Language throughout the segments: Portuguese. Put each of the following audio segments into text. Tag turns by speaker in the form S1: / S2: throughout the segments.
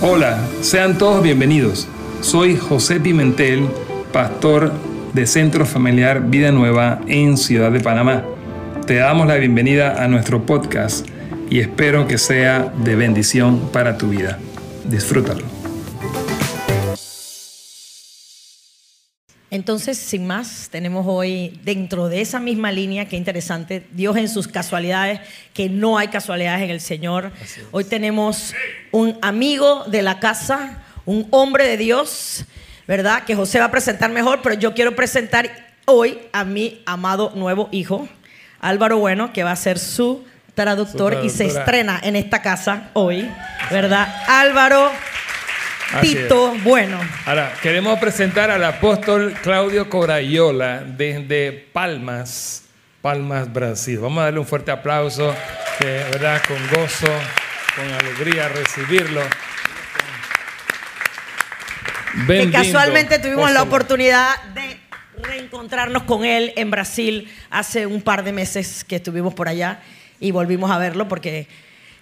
S1: Hola, sean todos bienvenidos. Soy José Pimentel, pastor de Centro Familiar Vida Nueva en Ciudad de Panamá. Te damos la bienvenida a nuestro podcast y espero que sea de bendición para tu vida. Disfrútalo.
S2: Entonces, sin más, tenemos hoy dentro de esa misma línea, que interesante, Dios en sus casualidades, que no hay casualidades en el Señor. Hoy tenemos un amigo de la casa, un hombre de Dios, ¿verdad? Que José va a presentar mejor, pero yo quiero presentar hoy a mi amado nuevo hijo, Álvaro Bueno, que va a ser su traductor
S1: Su
S2: y se
S1: traductora.
S2: estrena en esta casa hoy, ¿verdad? Álvaro
S1: Así es.
S2: Tito Bueno.
S1: Ahora, queremos presentar al apóstol Claudio Corayola desde Palmas, Palmas, Brasil. Vamos a darle un fuerte aplauso, eh, ¿verdad? Con gozo, con alegría recibirlo.
S2: que
S1: Bem-vindo,
S2: casualmente tuvimos la
S1: apóstol.
S2: oportunidad de reencontrarnos con él en Brasil hace un par de meses que estuvimos por allá y volvimos a verlo porque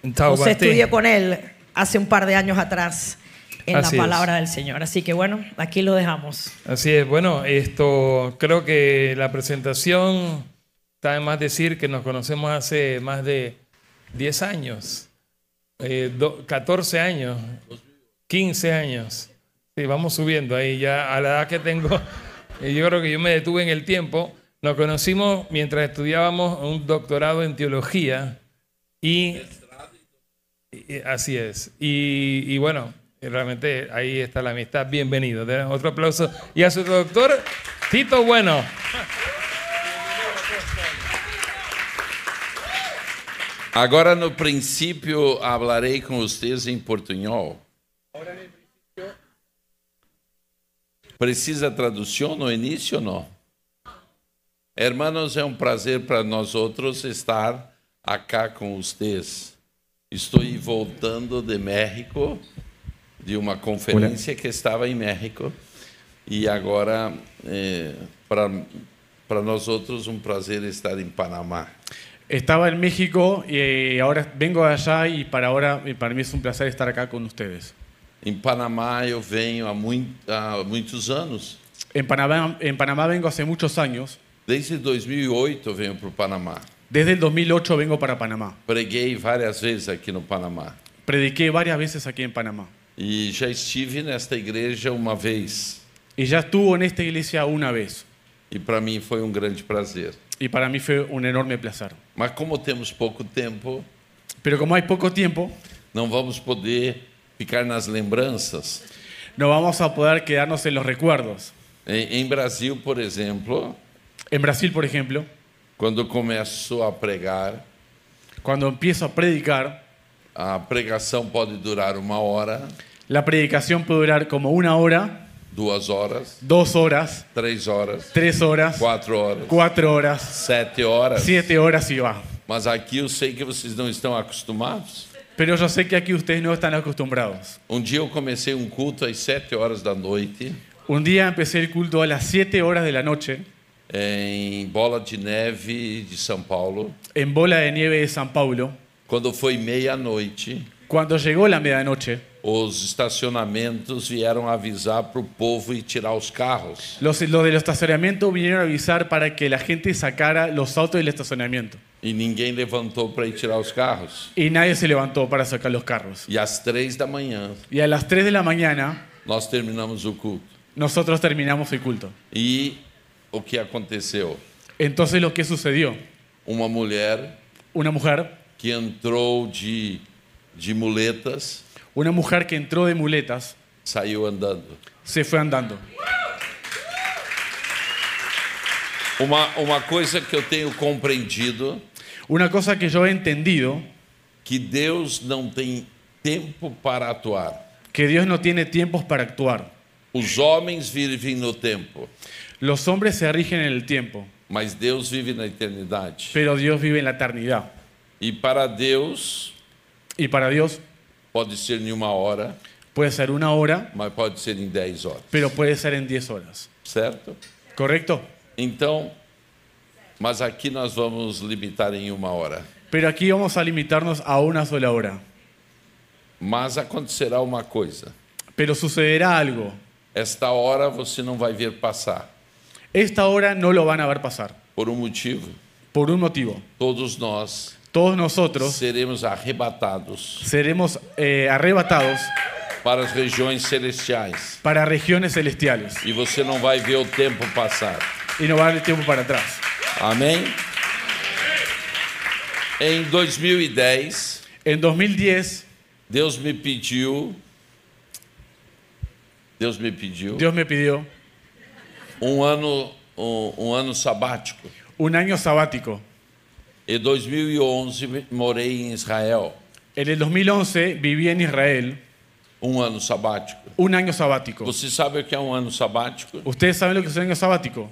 S1: En
S2: José
S1: Taubaté.
S2: estudió con él hace un par de años atrás en
S1: Así es.
S2: la palabra del Señor. Así que bueno, aquí lo dejamos.
S1: Así es, bueno, esto creo que la presentación está de más decir que nos conocemos hace más de 10 años, eh, do- 14 años, 15 años. Sí, vamos subiendo ahí ya a la edad que tengo. eh, Yo creo que yo me detuve en el tiempo. Nos conocimos mientras estudiábamos un doctorado en teología y y- Así es. Y, y bueno, realmente ahí está la amistad. Bienvenido. Den Otro aplauso. Y a su doctor, Tito Bueno.
S3: Agora no princípio hablarei com vocês em portunhol. Precisa tradução no início ou não? Hermanos, é um prazer para nós outros estar acá com vocês. Estou voltando de México, de uma conferência que estava em México, e agora eh, para para nós outros um prazer estar em Panamá.
S4: Estaba en México y eh, ahora vengo de allá y para ahora eh, para mí es un placer estar acá con ustedes.
S3: Em Panamá eu venho há, mui- há muitos anos.
S4: En Panamá, en Panamá vengo hace muchos años.
S3: Desde 2008 eu venho para o Panamá.
S4: Desde el 2008 vengo para Panamá.
S3: Preguei várias vezes aqui no Panamá.
S4: Prediqué varias veces aquí en Panamá.
S3: E já estive nesta igreja uma vez.
S4: Y ya estuvo en esta iglesia una vez.
S3: E para mim foi um grande prazer.
S4: Y para mí fue un enorme placer.
S3: Mas como temos pouco tempo,
S4: Pero como hay poco tiempo,
S3: não vamos poder ficar nas lembranças.
S4: no vamos a poder quedarnos en los recuerdos.
S3: Em, em Brasil, por exemplo,
S4: En Brasil, por ejemplo,
S3: quando começou a pregar,
S4: cuando empiezo a predicar,
S3: a pregação pode durar uma hora,
S4: la predicación puede durar como una hora,
S3: duas horas,
S4: dos horas,
S3: três horas,
S4: tres horas,
S3: quatro horas,
S4: cuatro horas.
S3: sete horas.
S4: Siete horas y va.
S3: Mas aqui eu sei que vocês não estão acostumados.
S4: Pero yo sé que aquí ustedes no están acostumbrados.
S3: Um dia eu comecei um culto às sete horas da noite
S4: Un día empecé el culto a las 7 horas de la noche
S3: eh, em Bola de Neve de São Paulo.
S4: en Bola de Nieve de San Paulo.
S3: Quando foi meia-noite,
S4: Cuando llegó la medianoche,
S3: os estacionamentos vieram avisar para o povo e tirar os carros.
S4: los, los del estacionamiento vinieron a avisar para que la gente sacara los autos del estacionamiento.
S3: E ninguém levantou para ir tirar os carros.
S4: Y nadie se levantó para sacar los carros.
S3: E às três da manhã
S4: Y a las 3 de la mañana
S3: nós terminamos o culto.
S4: nosotros terminamos el culto.
S3: E o que aconteceu?
S4: Entonces lo que sucedió,
S3: Uma mulher
S4: una mujer,
S3: que entrou de, de muletas
S4: una mujer que entró de muletas,
S3: saiu andando.
S4: se fue andando.
S3: Uma, uma coisa que eu tenho compreendido,
S4: Una cosa que yo he entendido
S3: que Deus não tem tempo para atuar.
S4: que Dios no tiene tiempos para actuar.
S3: Os homens vivem no tempo,
S4: Los hombres se rigen en el tiempo,
S3: mas Deus vive na eternidade.
S4: pero Dios vive en la eternidad.
S3: E para Deus,
S4: Y para Dios
S3: pode ser em uma hora,
S4: puede ser una hora,
S3: mas pode ser em dez horas,
S4: pero puede ser en 10 horas.
S3: certo?
S4: ¿Correcto?
S3: Então, mas aqui nós vamos limitar em uma hora.
S4: Pero aquí vamos a limitarnos a una sola hora.
S3: Mas acontecerá uma coisa:
S4: Pero sucederá algo.
S3: esta hora você não vai ver passar.
S4: Esta hora no lo van a ver pasar.
S3: Por um motivo,
S4: Por un motivo.
S3: todos nós
S4: Todos nosotros
S3: seremos arrebatados
S4: seremos eh, arrebatados
S3: para as regiões celestiais
S4: para regiones celestiales.
S3: e você não vai ver o tempo passar.
S4: Y no va a dar el tiempo para atrás.
S3: Amém? Em 2010,
S4: En 2010,
S3: Deus me pediu. Deus me pediu
S4: Dios me pidió
S3: um ano, um, um ano sabático.
S4: un año sabático.
S3: Em 2011 morei em Israel,
S4: En el 2011 viví en Israel
S3: um ano sabático.
S4: un año sabático.
S3: Você sabe o que é um ano sabático?
S4: ¿Ustedes saben lo que es un año sabático?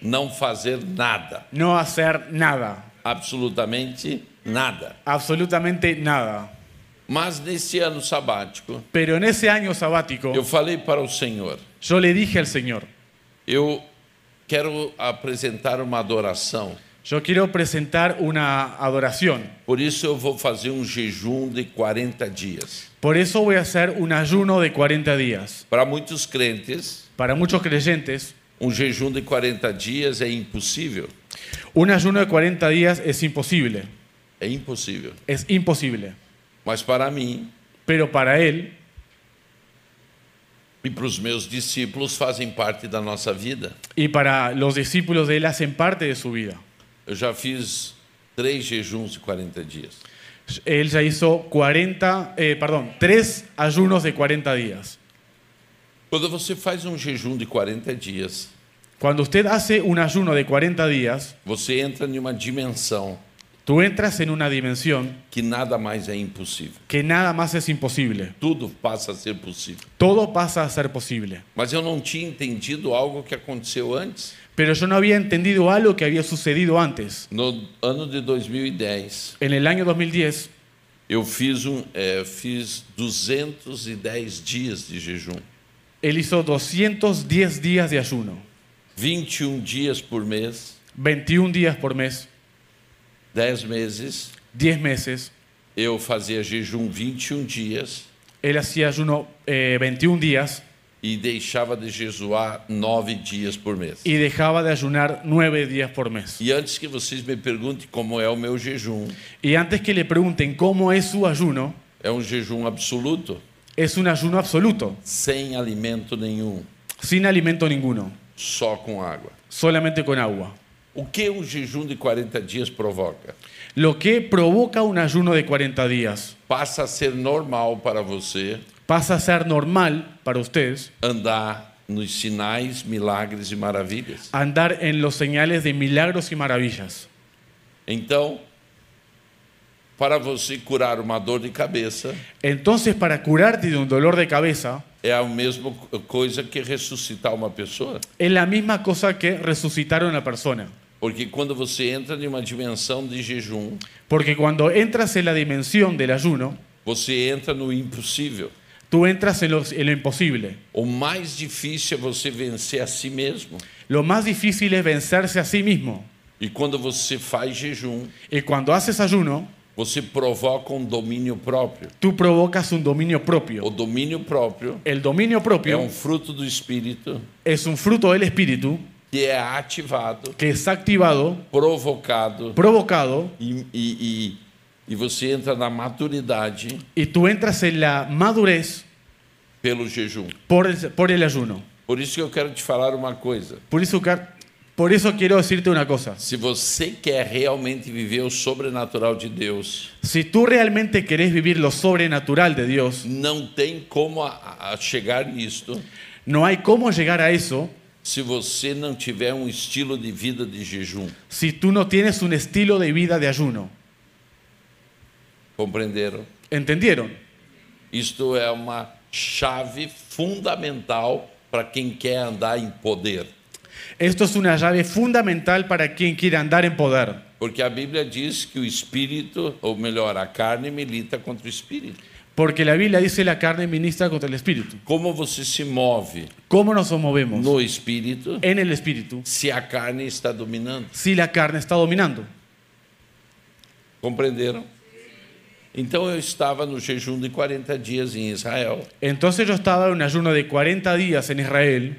S3: Não fazer nada,
S4: No hacer nada,
S3: absolutamente nada.
S4: absolutamente nada.
S3: Mas nesse ano sabático,
S4: Pero en ese año sabático
S3: eu falei para o Senhor,
S4: yo le dije al Señor,
S3: eu quero apresentar uma adoração.
S4: yo quiero presentar una adoración.
S3: Por isso eu vou fazer um jejum de 40 dias.
S4: Por eso voy a hacer un ayuno de 40 días.
S3: Para muitos crentes,
S4: Para muchos creyentes,
S3: um jejum de 40 dias é impossível.
S4: un ayuno de 40 días es imposible.
S3: É impossível.
S4: Es imposible.
S3: Mas para mim
S4: Pero para Él
S3: e para os meus discípulos fazem parte da nossa vida.
S4: y para los discípulos de Él hacen parte de su vida.
S3: Eu já fiz três jejuns de 40 dias.
S4: Él ya hizo 40, eh, perdón, tres ayunos de 40 días.
S3: Quando você faz um jejum de 40 dias,
S4: Cuando usted hace un ayuno de 40 días,
S3: você entra em uma dimensão
S4: tú entras en una dimensión
S3: que nada mais é impossível.
S4: que nada más es imposible.
S3: Tudo passa a ser possível.
S4: Todo pasa a ser posible.
S3: Mas eu não tinha entendido algo que aconteceu antes.
S4: Pero yo no había entendido algo que había sucedido antes.
S3: No ano de 2010,
S4: En el año 2010
S3: eu fiz, um, eh, fiz 210 dias de jejum.
S4: Él hizo 210 días de ayuno,
S3: 21 dias por mês,
S4: 21 días por mes,
S3: 10 meses.
S4: 10 meses.
S3: Eu fazia jejum 21 dias
S4: Él hacía ayuno eh, 21 días
S3: e deixava de jejuar 9 dias por mês.
S4: y dejaba de ayunar 9 días por mes.
S3: E antes que vocês me perguntem como é o meu jejum,
S4: Y antes que le pregunten cómo es su ayuno,
S3: é um jejum absoluto,
S4: es un ayuno absoluto,
S3: sem alimento nenhum,
S4: sin alimento ninguno,
S3: só com água.
S4: solamente con agua.
S3: O que um jejum de 40 dias provoca?
S4: Lo que provoca un ayuno de 40 días
S3: Passa a ser normal para você
S4: pasa a ser normal para ustedes
S3: andar nos sinais, milagres e maravilhas.
S4: andar en los señales de milagros y maravillas.
S3: Então, para você curar uma dor de cabeça,
S4: Entonces, para curarte de un dolor de cabeza,
S3: é a mesma co- coisa que ressuscitar uma pessoa.
S4: es la misma cosa que resucitar a una persona.
S3: Porque quando você entra em uma dimensão de jejum,
S4: Porque cuando entras en la dimensión del ayuno,
S3: você entra no impossível.
S4: tú entras en, los- en lo imposible.
S3: O mais difícil é você vencer a si mesmo.
S4: Lo más difícil es vencerse a sí mismo.
S3: E quando você faz jejum,
S4: Y cuando haces ayuno,
S3: você provoca um domínio próprio.
S4: tú provocas un dominio
S3: O
S4: propio.
S3: domínio próprio
S4: El dominio propio
S3: é um fruto do espírito
S4: es un fruto del espíritu
S3: que é ativado,
S4: que es activado,
S3: provocado
S4: provocado,
S3: e, e, e, e você entra na maturidade
S4: y tú entras en la madurez
S3: pelo jejum.
S4: por el, por el ayuno.
S3: Por isso que eu quero te falar uma coisa.
S4: Por eso, Car- por eso quiero decirte una cosa.
S3: Se você quer realmente viver o sobrenatural de Deus,
S4: Si tú realmente querés vivir lo sobrenatural de Dios,
S3: não tem como a, a chegar nisto
S4: no hay cómo llegar a eso
S3: se você não tiver um estilo de vida de jejum.
S4: si tú no tienes un estilo de vida de ayuno.
S3: Compreenderam?
S4: ¿Entendieron?
S3: Isto é uma chave fundamental para quem quer andar em poder.
S4: Esto es una llave fundamental para quien quiera andar en poder.
S3: Porque a Bíblia diz que o espírito, ou melhor, a carne milita contra o espírito.
S4: Porque la Biblia dice la carne ministra contra el espíritu.
S3: Como você se move
S4: ¿Cómo nos movemos?
S3: no espírito
S4: En el espíritu,
S3: se a carne está dominando?
S4: si la carne está dominando.
S3: Compreenderam? Então eu estava no jejum de 40 dias em Israel
S4: Entonces yo estaba en un ayuno de 40 días en Israel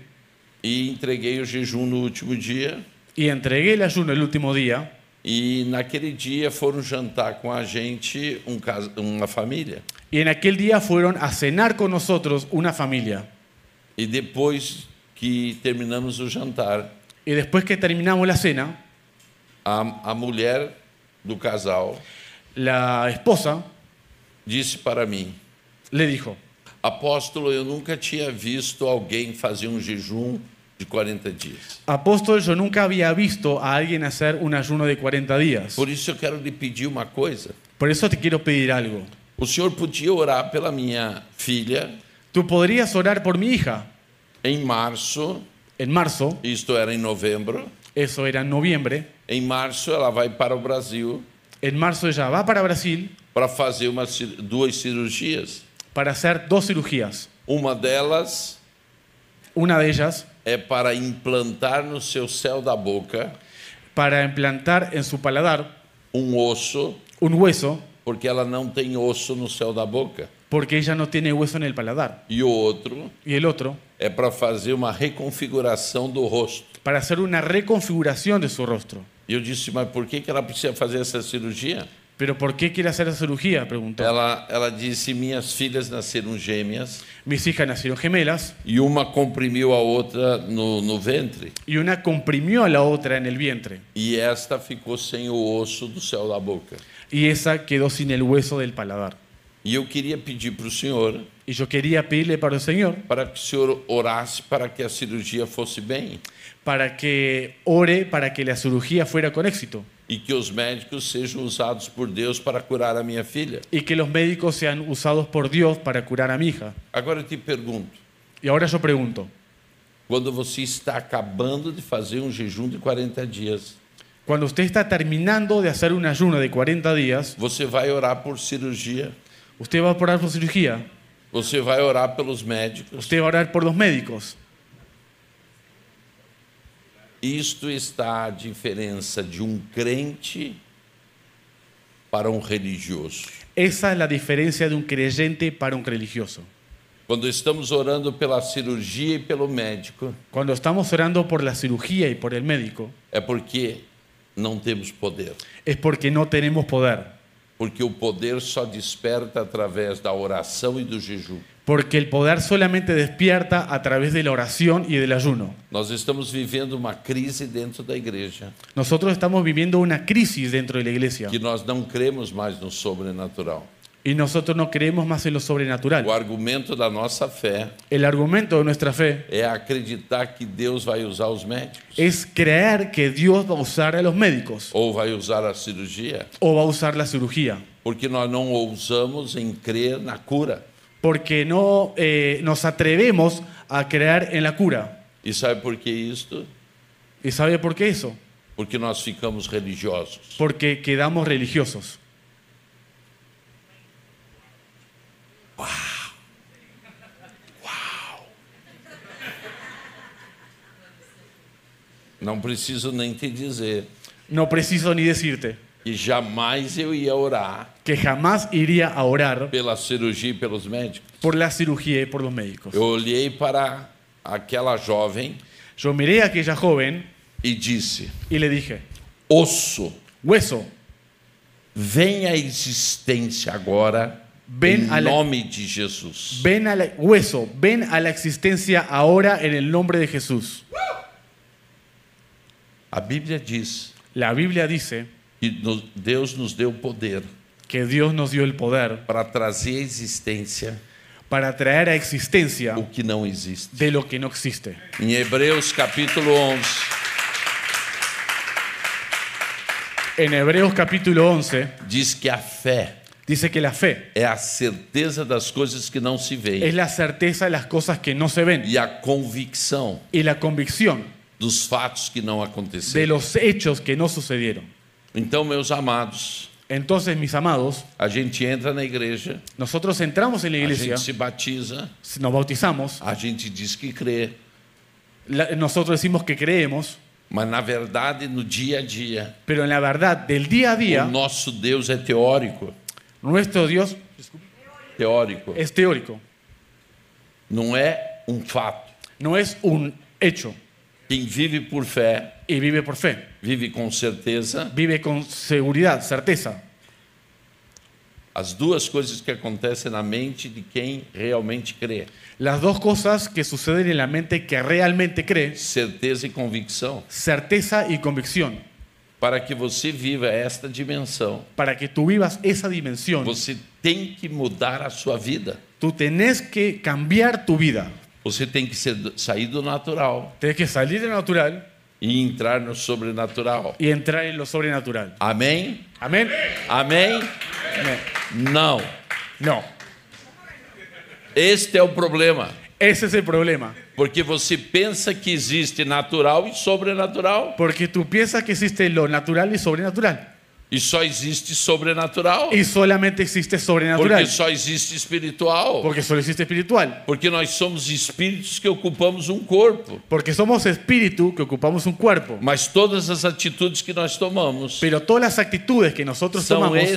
S3: e entreguei o jejum no último dia.
S4: y entregué el ayuno el último día.
S3: E naquele dia foram jantar com a gente um cas- uma família.
S4: Y en aquel día fueron a cenar con nosotros una familia.
S3: E depois que terminamos o jantar,
S4: Y después que terminamos la cena,
S3: a, a mulher do casal
S4: la esposa
S3: disse para mim:
S4: le dijo,
S3: Apóstolo, eu nunca tinha visto alguém fazer um jejum de 40 dias.
S4: Apóstol, yo nunca había visto a alguien hacer un ayuno de 40 días.
S3: Por isso eu quero lhe pedir uma coisa.
S4: Por eso te quiero pedir algo.
S3: O senhor podia orar pela minha filha
S4: Tú podrías orar por mi hija.
S3: em março,
S4: En marzo,
S3: isto era em novembro.
S4: eso era en noviembre,
S3: Em março ela vai para o Brasil
S4: en marzo ella va para Brasil
S3: para fazer uma cir- duas cirurgias.
S4: para hacer dos cirugías.
S3: Uma delas
S4: Una de ellas
S3: é para implantar no seu céu da boca
S4: para implantar en su paladar
S3: um osso,
S4: un hueso,
S3: porque ela não tem osso no céu da boca.
S4: porque ella no tiene hueso en el paladar.
S3: E o outro
S4: Y el otro,
S3: é para fazer uma reconfiguración do rosto.
S4: para hacer una reconfiguración de su rostro.
S3: E eu disse, mas por que que ela precisa fazer essa cirurgia?
S4: ¿Pero por qué quiere hacer la cirugía? Preguntó.
S3: Ela, ela disse, minhas filhas nasceram gêmeas
S4: Mis hijas nacieron gemelas
S3: e uma comprimiu a outra no, no ventre.
S4: y una comprimió a la otra en el vientre.
S3: E esta ficou sem o osso do céu da boca.
S4: y esa quedó sin el hueso del paladar.
S3: E eu queria pedir para o senhor,
S4: Y yo quería pedirle para el Señor
S3: para que o senhor orasse para que a cirurgia fosse bem
S4: para que ore para que la cirugía fuera con éxito
S3: e que os médicos sejam usados por Deus para curar a minha filha.
S4: y que los médicos sean usados por Dios para curar a mi hija.
S3: Agora eu te pergunto,
S4: Y ahora yo pregunto,
S3: quando você está acabando de fazer um jejum de 40 dias,
S4: cuando usted está terminando de hacer un ayuno de 40 días,
S3: Você vai orar por cirurgia,
S4: usted va a orar por cirugía,
S3: você vai orar pelos médicos.
S4: usted va a orar por los médicos.
S3: Isto está a diferença de um crente para um religioso.
S4: Esa es la diferencia de un creyente para un religioso.
S3: Quando estamos orando pela cirurgia e pelo médico,
S4: Cuando estamos orando por la cirugía y por el médico,
S3: é porque não temos poder.
S4: es porque no tenemos poder,
S3: Porque o poder só desperta através da oração e do jejum.
S4: Porque el poder solamente despierta a través de la oración y del ayuno.
S3: Nós estamos vivendo uma crise dentro da igreja,
S4: Nosotros estamos viviendo una crisis dentro de la iglesia
S3: que nós não cremos mais no sobrenatural.
S4: y nosotros no creemos más en lo sobrenatural.
S3: O argumento da nossa fé
S4: El argumento de nuestra fe
S3: é acreditar que Deus vai usar os médicos
S4: es creer que Dios va a usar a los médicos
S3: ou vai usar a cirurgia,
S4: o va a usar la cirugía,
S3: porque nós não ousamos em crer na cura.
S4: porque no eh, nos atrevemos a creer en la cura.
S3: E sabe por que isto?
S4: ¿Y sabe por qué eso?
S3: Porque nós ficamos religiosos.
S4: Porque quedamos religiosos.
S3: Não preciso nem te dizer
S4: No preciso ni decirte
S3: que jamais eu ia orar
S4: que jamás iría a orar
S3: pela cirurgia e pelos médicos.
S4: por la cirugía y por los médicos.
S3: Eu olhei para aquela jovem
S4: Yo miré a aquella joven
S3: e disse:
S4: y le dije,
S3: Osso,
S4: hueso,
S3: vem à existência agora,
S4: Vem
S3: em
S4: à-
S3: nome de Jesus.
S4: ven a la, hueso, ven a la existencia ahora en el nombre de Jesús.
S3: A Bíblia diz
S4: La Biblia dice
S3: que no- Deus nos deu poder
S4: que Dios nos dio el poder
S3: para trazer à existência
S4: para traer a existencia
S3: o que não existe.
S4: de lo que no existe.
S3: Em Hebreus capítulo 11,
S4: En Hebreos capítulo 11
S3: diz que a fé
S4: dice que la fe
S3: é a certeza das coisas que não se
S4: es
S3: veem
S4: la certeza de las cosas que no se ven
S3: e a convicção
S4: y la convicción
S3: dos fatos que não
S4: de
S3: aconteceram.
S4: los hechos que no sucedieron.
S3: Então, meus amados,
S4: Entonces, mis amados,
S3: a gente entra na igreja,
S4: nosotros entramos en la
S3: a
S4: iglesia,
S3: gente se batiza,
S4: nos bautizamos,
S3: a gente diz que crê,
S4: la- nosotros decimos que creemos,
S3: mas na verdade, no dia a dia,
S4: Pero en la verdad, del día a
S3: o
S4: día,
S3: nosso Deus é teórico.
S4: Nuestro Dios
S3: teórico.
S4: es teórico,
S3: Não é um fato.
S4: no es un hecho
S3: Quem vive por fé,
S4: y vive por fe,
S3: vive com certeza.
S4: vive con seguridad, certeza.
S3: As duas coisas que acontecem na mente de quem realmente crê:
S4: Las dos cosas que suceden en la mente que realmente cree,
S3: certeza e convicção.
S4: certeza y convicción.
S3: Para que você viva esta dimensão,
S4: Para que tú vivas esa dimensión,
S3: você tem que mudar a sua vida.
S4: tú tenés que cambiar tu vida.
S3: Você tem que ser do- sair do natural
S4: Tenés que salir de lo natural
S3: e entrar no sobrenatural.
S4: y entrar en lo sobrenatural.
S3: Amém?
S4: Amén.
S3: Amém?
S4: Amén.
S3: Não.
S4: No,
S3: Este é o problema.
S4: ese es el problema.
S3: Porque você pensa que existe natural e sobrenatural.
S4: Porque tú piensas que existe lo natural y sobrenatural.
S3: E só existe sobrenatural.
S4: Y solamente existe sobrenatural.
S3: Porque só existe espiritual.
S4: é Porque solo existe espiritual.
S3: Porque nós somos espíritos que ocupamos um corpo.
S4: Porque somos espíritu que ocupamos un cuerpo.
S3: Mas todas as atitudes que nós tomamos
S4: Pero todas las actitudes que nosotros
S3: são
S4: tomamos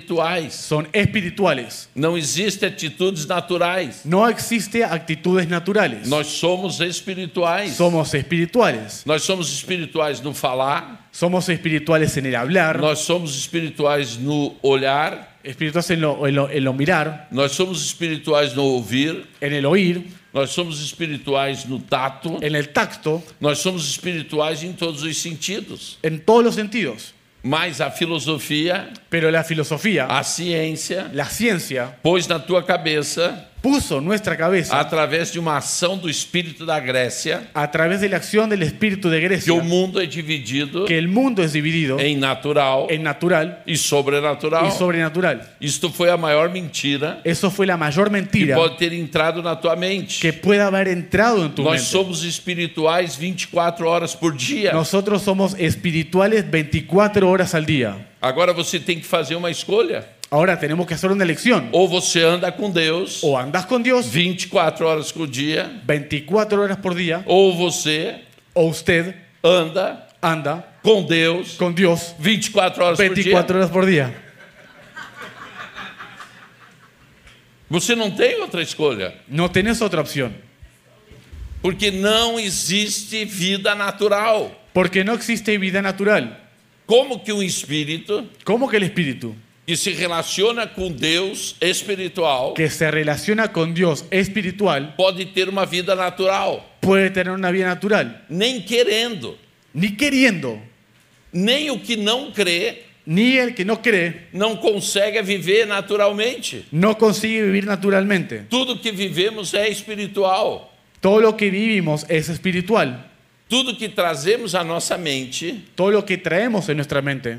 S3: espirituais.
S4: son espirituales.
S3: Não existem atitudes naturais.
S4: No existe actitudes naturales.
S3: Nós somos espirituais.
S4: Somos espirituales.
S3: Nós somos espirituais no falar,
S4: Somos espirituales en el hablar.
S3: nós somos espirituais no olhar,
S4: Espirituales en lo, en lo- en lo mirar.
S3: nós somos espirituais no ouvir,
S4: En el oír.
S3: nós somos espirituais no tato,
S4: En el tacto.
S3: nós somos espirituais em todos os sentidos.
S4: En todos los sentidos.
S3: Mas a filosofia,
S4: Pero la filosofía,
S3: a ciência,
S4: la ciencia,
S3: pôs na tua cabeça,
S4: puso en nuestra cabeza
S3: através de uma ação do espírito da Grécia,
S4: a través de la acción del espíritu de
S3: que
S4: Grecia
S3: o mundo é dividido
S4: que el mundo es dividido
S3: em natural
S4: en natural
S3: e sobrenatural.
S4: y sobrenatural.
S3: Isto foi a maior mentira
S4: Eso fue la mayor
S3: que
S4: mentira
S3: pode ter entrado na tua mente.
S4: que pueda haber entrado en tu
S3: Nós
S4: mente.
S3: somos espirituais 24 horas por dia.
S4: Nosotros somos espirituales 24 horas al día.
S3: Agora você tem que fazer uma escolha.
S4: Ahora tenemos que hacer una elección.
S3: Ou você anda com Deus
S4: O andas con Dios
S3: 24 horas por dia,
S4: 24 horas por día,
S3: ou você
S4: o usted
S3: anda
S4: anda
S3: com Deus
S4: con Dios
S3: 24 horas por
S4: 24
S3: dia.
S4: horas por día.
S3: Você não tem outra escolha,
S4: No tenés otra opción.
S3: porque não existe vida natural.
S4: Porque no existe vida natural.
S3: Como que um espírito
S4: ¿Cómo que el espíritu
S3: que se relaciona com Deus espiritual
S4: que se relaciona con Dios espiritual
S3: pode ter uma vida natural?
S4: puede tener una vida natural,
S3: Nem querendo,
S4: ni queriendo,
S3: nem o que não crê
S4: ni el que no cree
S3: não consegue viver naturalmente.
S4: no consigue vivir naturalmente.
S3: Tudo que vivemos é espiritual.
S4: Todo lo que vivimos es espiritual.
S3: Tudo que trazemos à nossa mente,
S4: Todo lo que traemos en nuestra mente,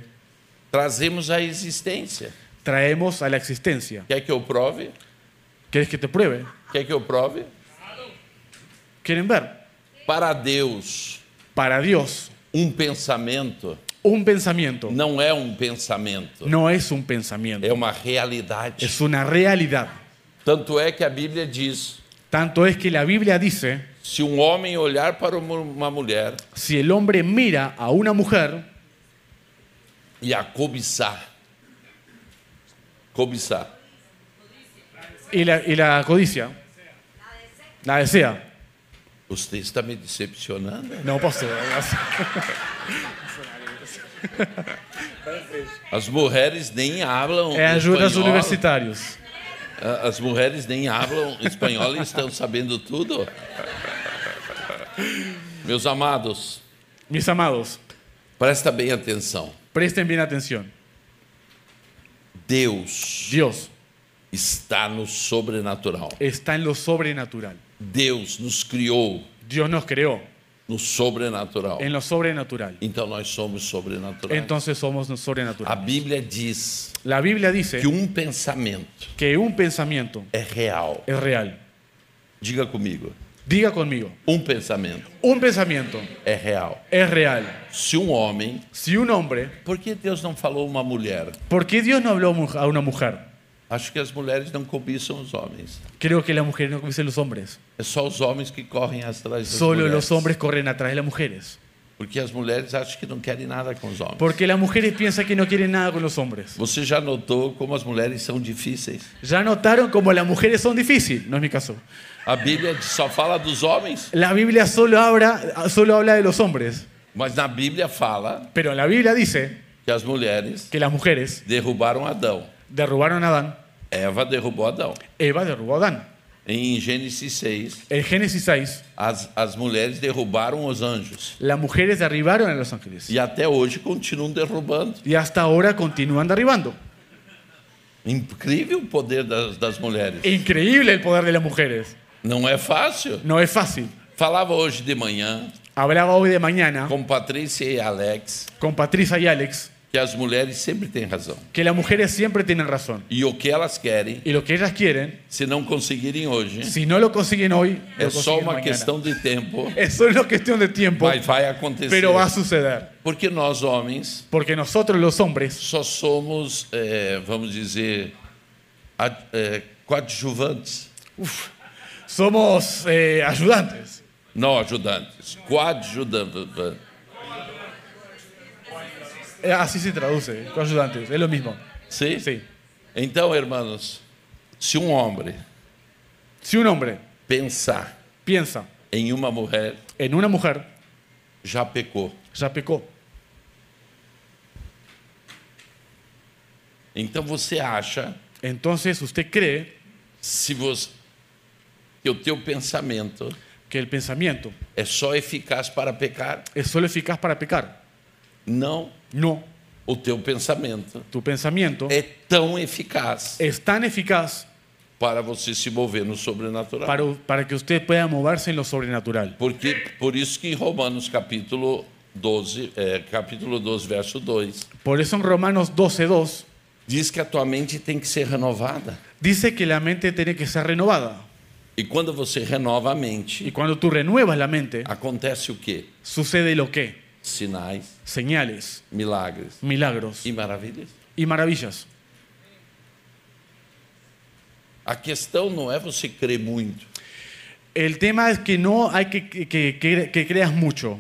S3: trazemos à existência.
S4: traemos a la existencia.
S3: Quer que eu prove?
S4: ¿Quieres que te pruebe?
S3: Quer que eu prove?
S4: ¿Quieren ver?
S3: Para Deus,
S4: Para Dios,
S3: um pensamento
S4: un pensamiento
S3: não é um pensamento,
S4: no es un pensamiento,
S3: é uma realidade.
S4: es una realidad.
S3: Tanto é que a Bíblia diz:
S4: Tanto es que la Biblia dice,
S3: se um homem olhar para uma- uma mulher
S4: si el hombre mira a una mujer
S3: e a cobiçar, cobiçar,
S4: y la, y la codicia, la desea,
S3: você está me decepcionando?
S4: No posso.
S3: As mulheres nem hablam
S4: É ajuda aos
S3: espanhol.
S4: universitários.
S3: Ah, As mulheres nem hablam espanhol e estão sabendo tudo. Meus amados,
S4: Mis amados,
S3: presta bem atenção.
S4: presten bien atención.
S3: Deus
S4: Dios
S3: está no sobrenatural.
S4: está en lo sobrenatural.
S3: Deus nos criou
S4: Dios nos creó
S3: no sobrenatural.
S4: en lo sobrenatural.
S3: Então nós somos sobrenaturais.
S4: Entonces somos
S3: A
S4: sobrenaturales.
S3: Bíblia diz
S4: La Biblia dice
S3: que um pensamento
S4: que un pensamiento
S3: é real.
S4: es real.
S3: Diga comigo.
S4: Diga conmigo,
S3: Um pensamento
S4: un pensamiento
S3: é real.
S4: es real.
S3: Se um homem.
S4: Si un hombre,
S3: Por que Deus não falou uma mulher?
S4: ¿por qué Dios no habló mu- a una mujer?
S3: Acho que as mulheres não cobiçam os homens.
S4: Creo que las mujeres no dicen los hombres.
S3: É só os homens que correm atrás das
S4: Solo
S3: mulheres.
S4: los hombres corren atrás de las mujeres.
S3: Porque as mulheres acham que não querem nada com os homens.
S4: Porque las mujeres piensan que no quieren nada con los hombres.
S3: Você já notou como as mulheres são difíceis?
S4: Ya notaron como las mujeres son difíciles, no es mi caso.
S3: A Bíblia só fala dos homens,
S4: La Biblia solo habla, solo habla de los hombres,
S3: mas na Bíblia fala
S4: pero la Biblia dice
S3: que as mulheres
S4: que las mujeres
S3: derrubaram Adão.
S4: derrubaron a Adán,
S3: Eva derrubou Adão.
S4: Eva derrubó a Adán.
S3: Em Gênesis 6,
S4: En Génesis 6,
S3: as, as mulheres derrubaram os anjos.
S4: las mujeres derribaron a los ángeles
S3: E até hoje continuam derrubando.
S4: y hasta ahora continúan derribando.
S3: Incrível o poder das, das mulheres.
S4: Increíble el poder de las mujeres.
S3: Não é fácil.
S4: No es fácil.
S3: Falava hoje de manhã
S4: Hablaba hoy de mañana
S3: com Patrícia e Alex
S4: con Patricia y Alex
S3: que as mulheres sempre têm razão.
S4: que las mujeres siempre tienen razón.
S3: E o que elas querem,
S4: Y lo que ellas quieren,
S3: se não conseguirem hoje,
S4: si no lo consiguen hoy, lo
S3: é só
S4: consiguen
S3: uma É
S4: mañana.
S3: questão de tempo,
S4: Es solo cuestión de tiempo,
S3: mas vai acontecer.
S4: pero va a suceder.
S3: Porque nós, homens,
S4: Porque nosotros los hombres
S3: só somos, eh, vamos dizer, ad- eh, coadjuvantes.
S4: somos eh, ayudantes.
S3: Não ajudantes, coadjuvantes.
S4: Eh, Así se traduce, ayudantes, es lo mismo.
S3: Sim?
S4: Sí.
S3: Então, irmãos, se um homem
S4: Si un hombre
S3: pensar
S4: piensa
S3: em uma mulher,
S4: en una mujer,
S3: já pecou.
S4: ya pecó.
S3: Então você acha,
S4: Entonces usted cree
S3: se você, que o teu pensamento
S4: que el pensamiento
S3: é só eficaz para pecar?
S4: es solo eficaz para pecar.
S3: Não.
S4: No,
S3: O teu pensamento
S4: tu pensamiento
S3: é tão eficaz
S4: es tan eficaz
S3: para você se mover no sobrenatural.
S4: para, para que usted pueda moverse en lo sobrenatural.
S3: Porque por isso que em Romanos capítulo 12, eh, capítulo 12, verso 2,
S4: Por eso en Romanos 12.2
S3: diz que a tua mente tem que ser renovada.
S4: dice que la mente tiene que ser renovada.
S3: E quando você renova a
S4: Y
S3: mente,
S4: cuando tú renuevas la mente,
S3: acontece o quê?
S4: sucede lo que?
S3: Sinais,
S4: Señales,
S3: milagres
S4: milagros
S3: e maravilhas.
S4: y maravillas.
S3: A questão não é você crer muito.
S4: El tema es que no hay que, que- que- que- que creas mucho.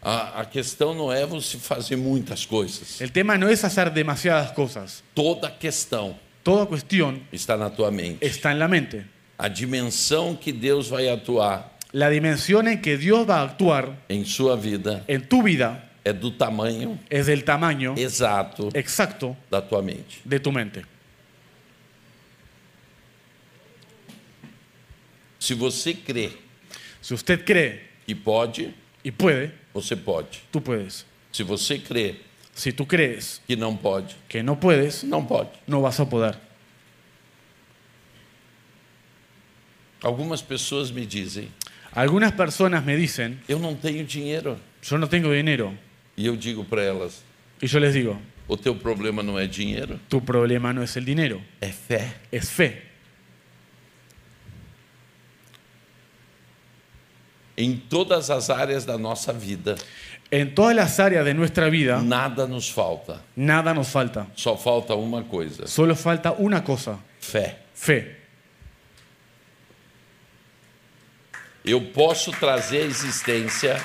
S3: A, a questão não é você fazer muitas coisas.
S4: El tema no es hacer demasiadas cosas.
S3: Toda a questão
S4: Toda cuestión
S3: está na tua mente.
S4: está en la mente.
S3: A dimensão que Deus vai atuar
S4: La dimensión en que Dios va a actuar
S3: em sua vida
S4: en tu vida
S3: é do tamanho
S4: es del tamaño
S3: exato
S4: exacto
S3: da tua mente.
S4: de tu mente.
S3: Se você crê
S4: Si usted cree
S3: que pode,
S4: y puede,
S3: você pode.
S4: tú puedes.
S3: Se você crê
S4: Si tú crees
S3: que não pode,
S4: que no puedes,
S3: não pode.
S4: no vas a poder.
S3: Algumas pessoas me dizem:
S4: Algunas personas me dicen,
S3: "Eu não tenho dinheiro".
S4: yo no tengo dinero.
S3: E eu digo para elas:
S4: Y yo les digo,
S3: "O teu problema não é dinheiro,
S4: tu problema no es el dinero,
S3: é fé".
S4: es fe.
S3: Em todas as áreas da nossa vida,
S4: En todas las áreas de nuestra vida,
S3: nada nos falta.
S4: nada nos falta.
S3: Só falta uma coisa:
S4: Solo falta una cosa,
S3: fé.
S4: fe.
S3: Eu posso trazer à existência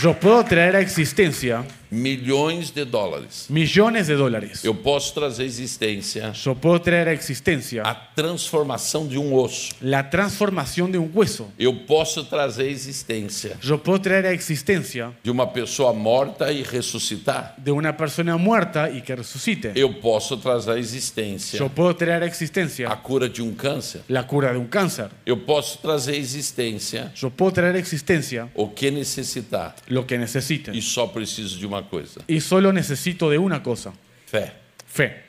S4: Yo puedo traer a existencia
S3: milhões de dólares.
S4: millones de dólares.
S3: Eu posso trazer à existência
S4: Yo puedo traer a existencia
S3: a transformação de um osso.
S4: la transformación de un hueso.
S3: Eu posso trazer à existência
S4: Yo puedo traer a existencia
S3: de uma pessoa morta e ressuscitar.
S4: de una persona muerta y que resucite.
S3: Eu posso trazer à existência
S4: Yo puedo traer a
S3: a
S4: existencia
S3: cura de um câncer.
S4: la cura de un cáncer.
S3: Eu posso trazer à existência
S4: Yo puedo traer a existencia
S3: o que necessitar.
S4: lo que necesiten.
S3: E só preciso de uma coisa:
S4: Y solo necesito de una cosa,
S3: fé.
S4: fe.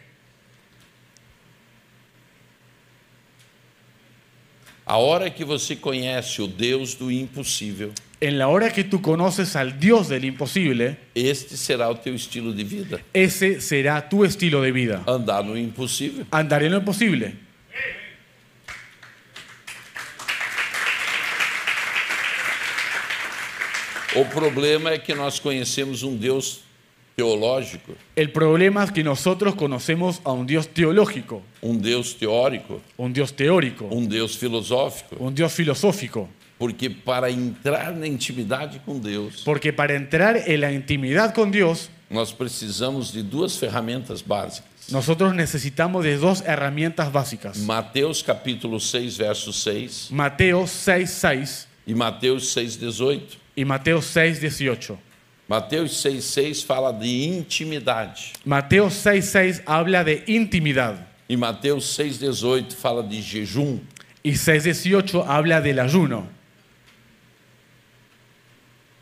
S3: A hora que você conhece o Deus do impossível,
S4: En la hora que tú conoces al Dios del imposible,
S3: este será o teu estilo de vida.
S4: ese será tu estilo de vida.
S3: Andar no impossível.
S4: Andaré en lo imposible.
S3: O problema é que nós conhecemos um Deus teológico,
S4: El problema es que nosotros conocemos a un Dios teológico,
S3: um Deus teórico,
S4: un Dios teórico,
S3: um Deus filosófico.
S4: un Dios filosófico.
S3: Porque para entrar na intimidade com Deus,
S4: Porque para entrar en la intimidad con Dios,
S3: nós precisamos de duas ferramentas básicas.
S4: nosotros necesitamos de dos herramientas básicas.
S3: Mateus capítulo 6, verso 6
S4: Mateo 6.6
S3: e Mateus 6, 18.
S4: y Mateo 6.18.
S3: Mateus 6, 6 fala de intimidade.
S4: Mateo 6.6 habla de intimidad
S3: E Mateus 6, 18 fala de jejum.
S4: y 6.18 habla del ayuno.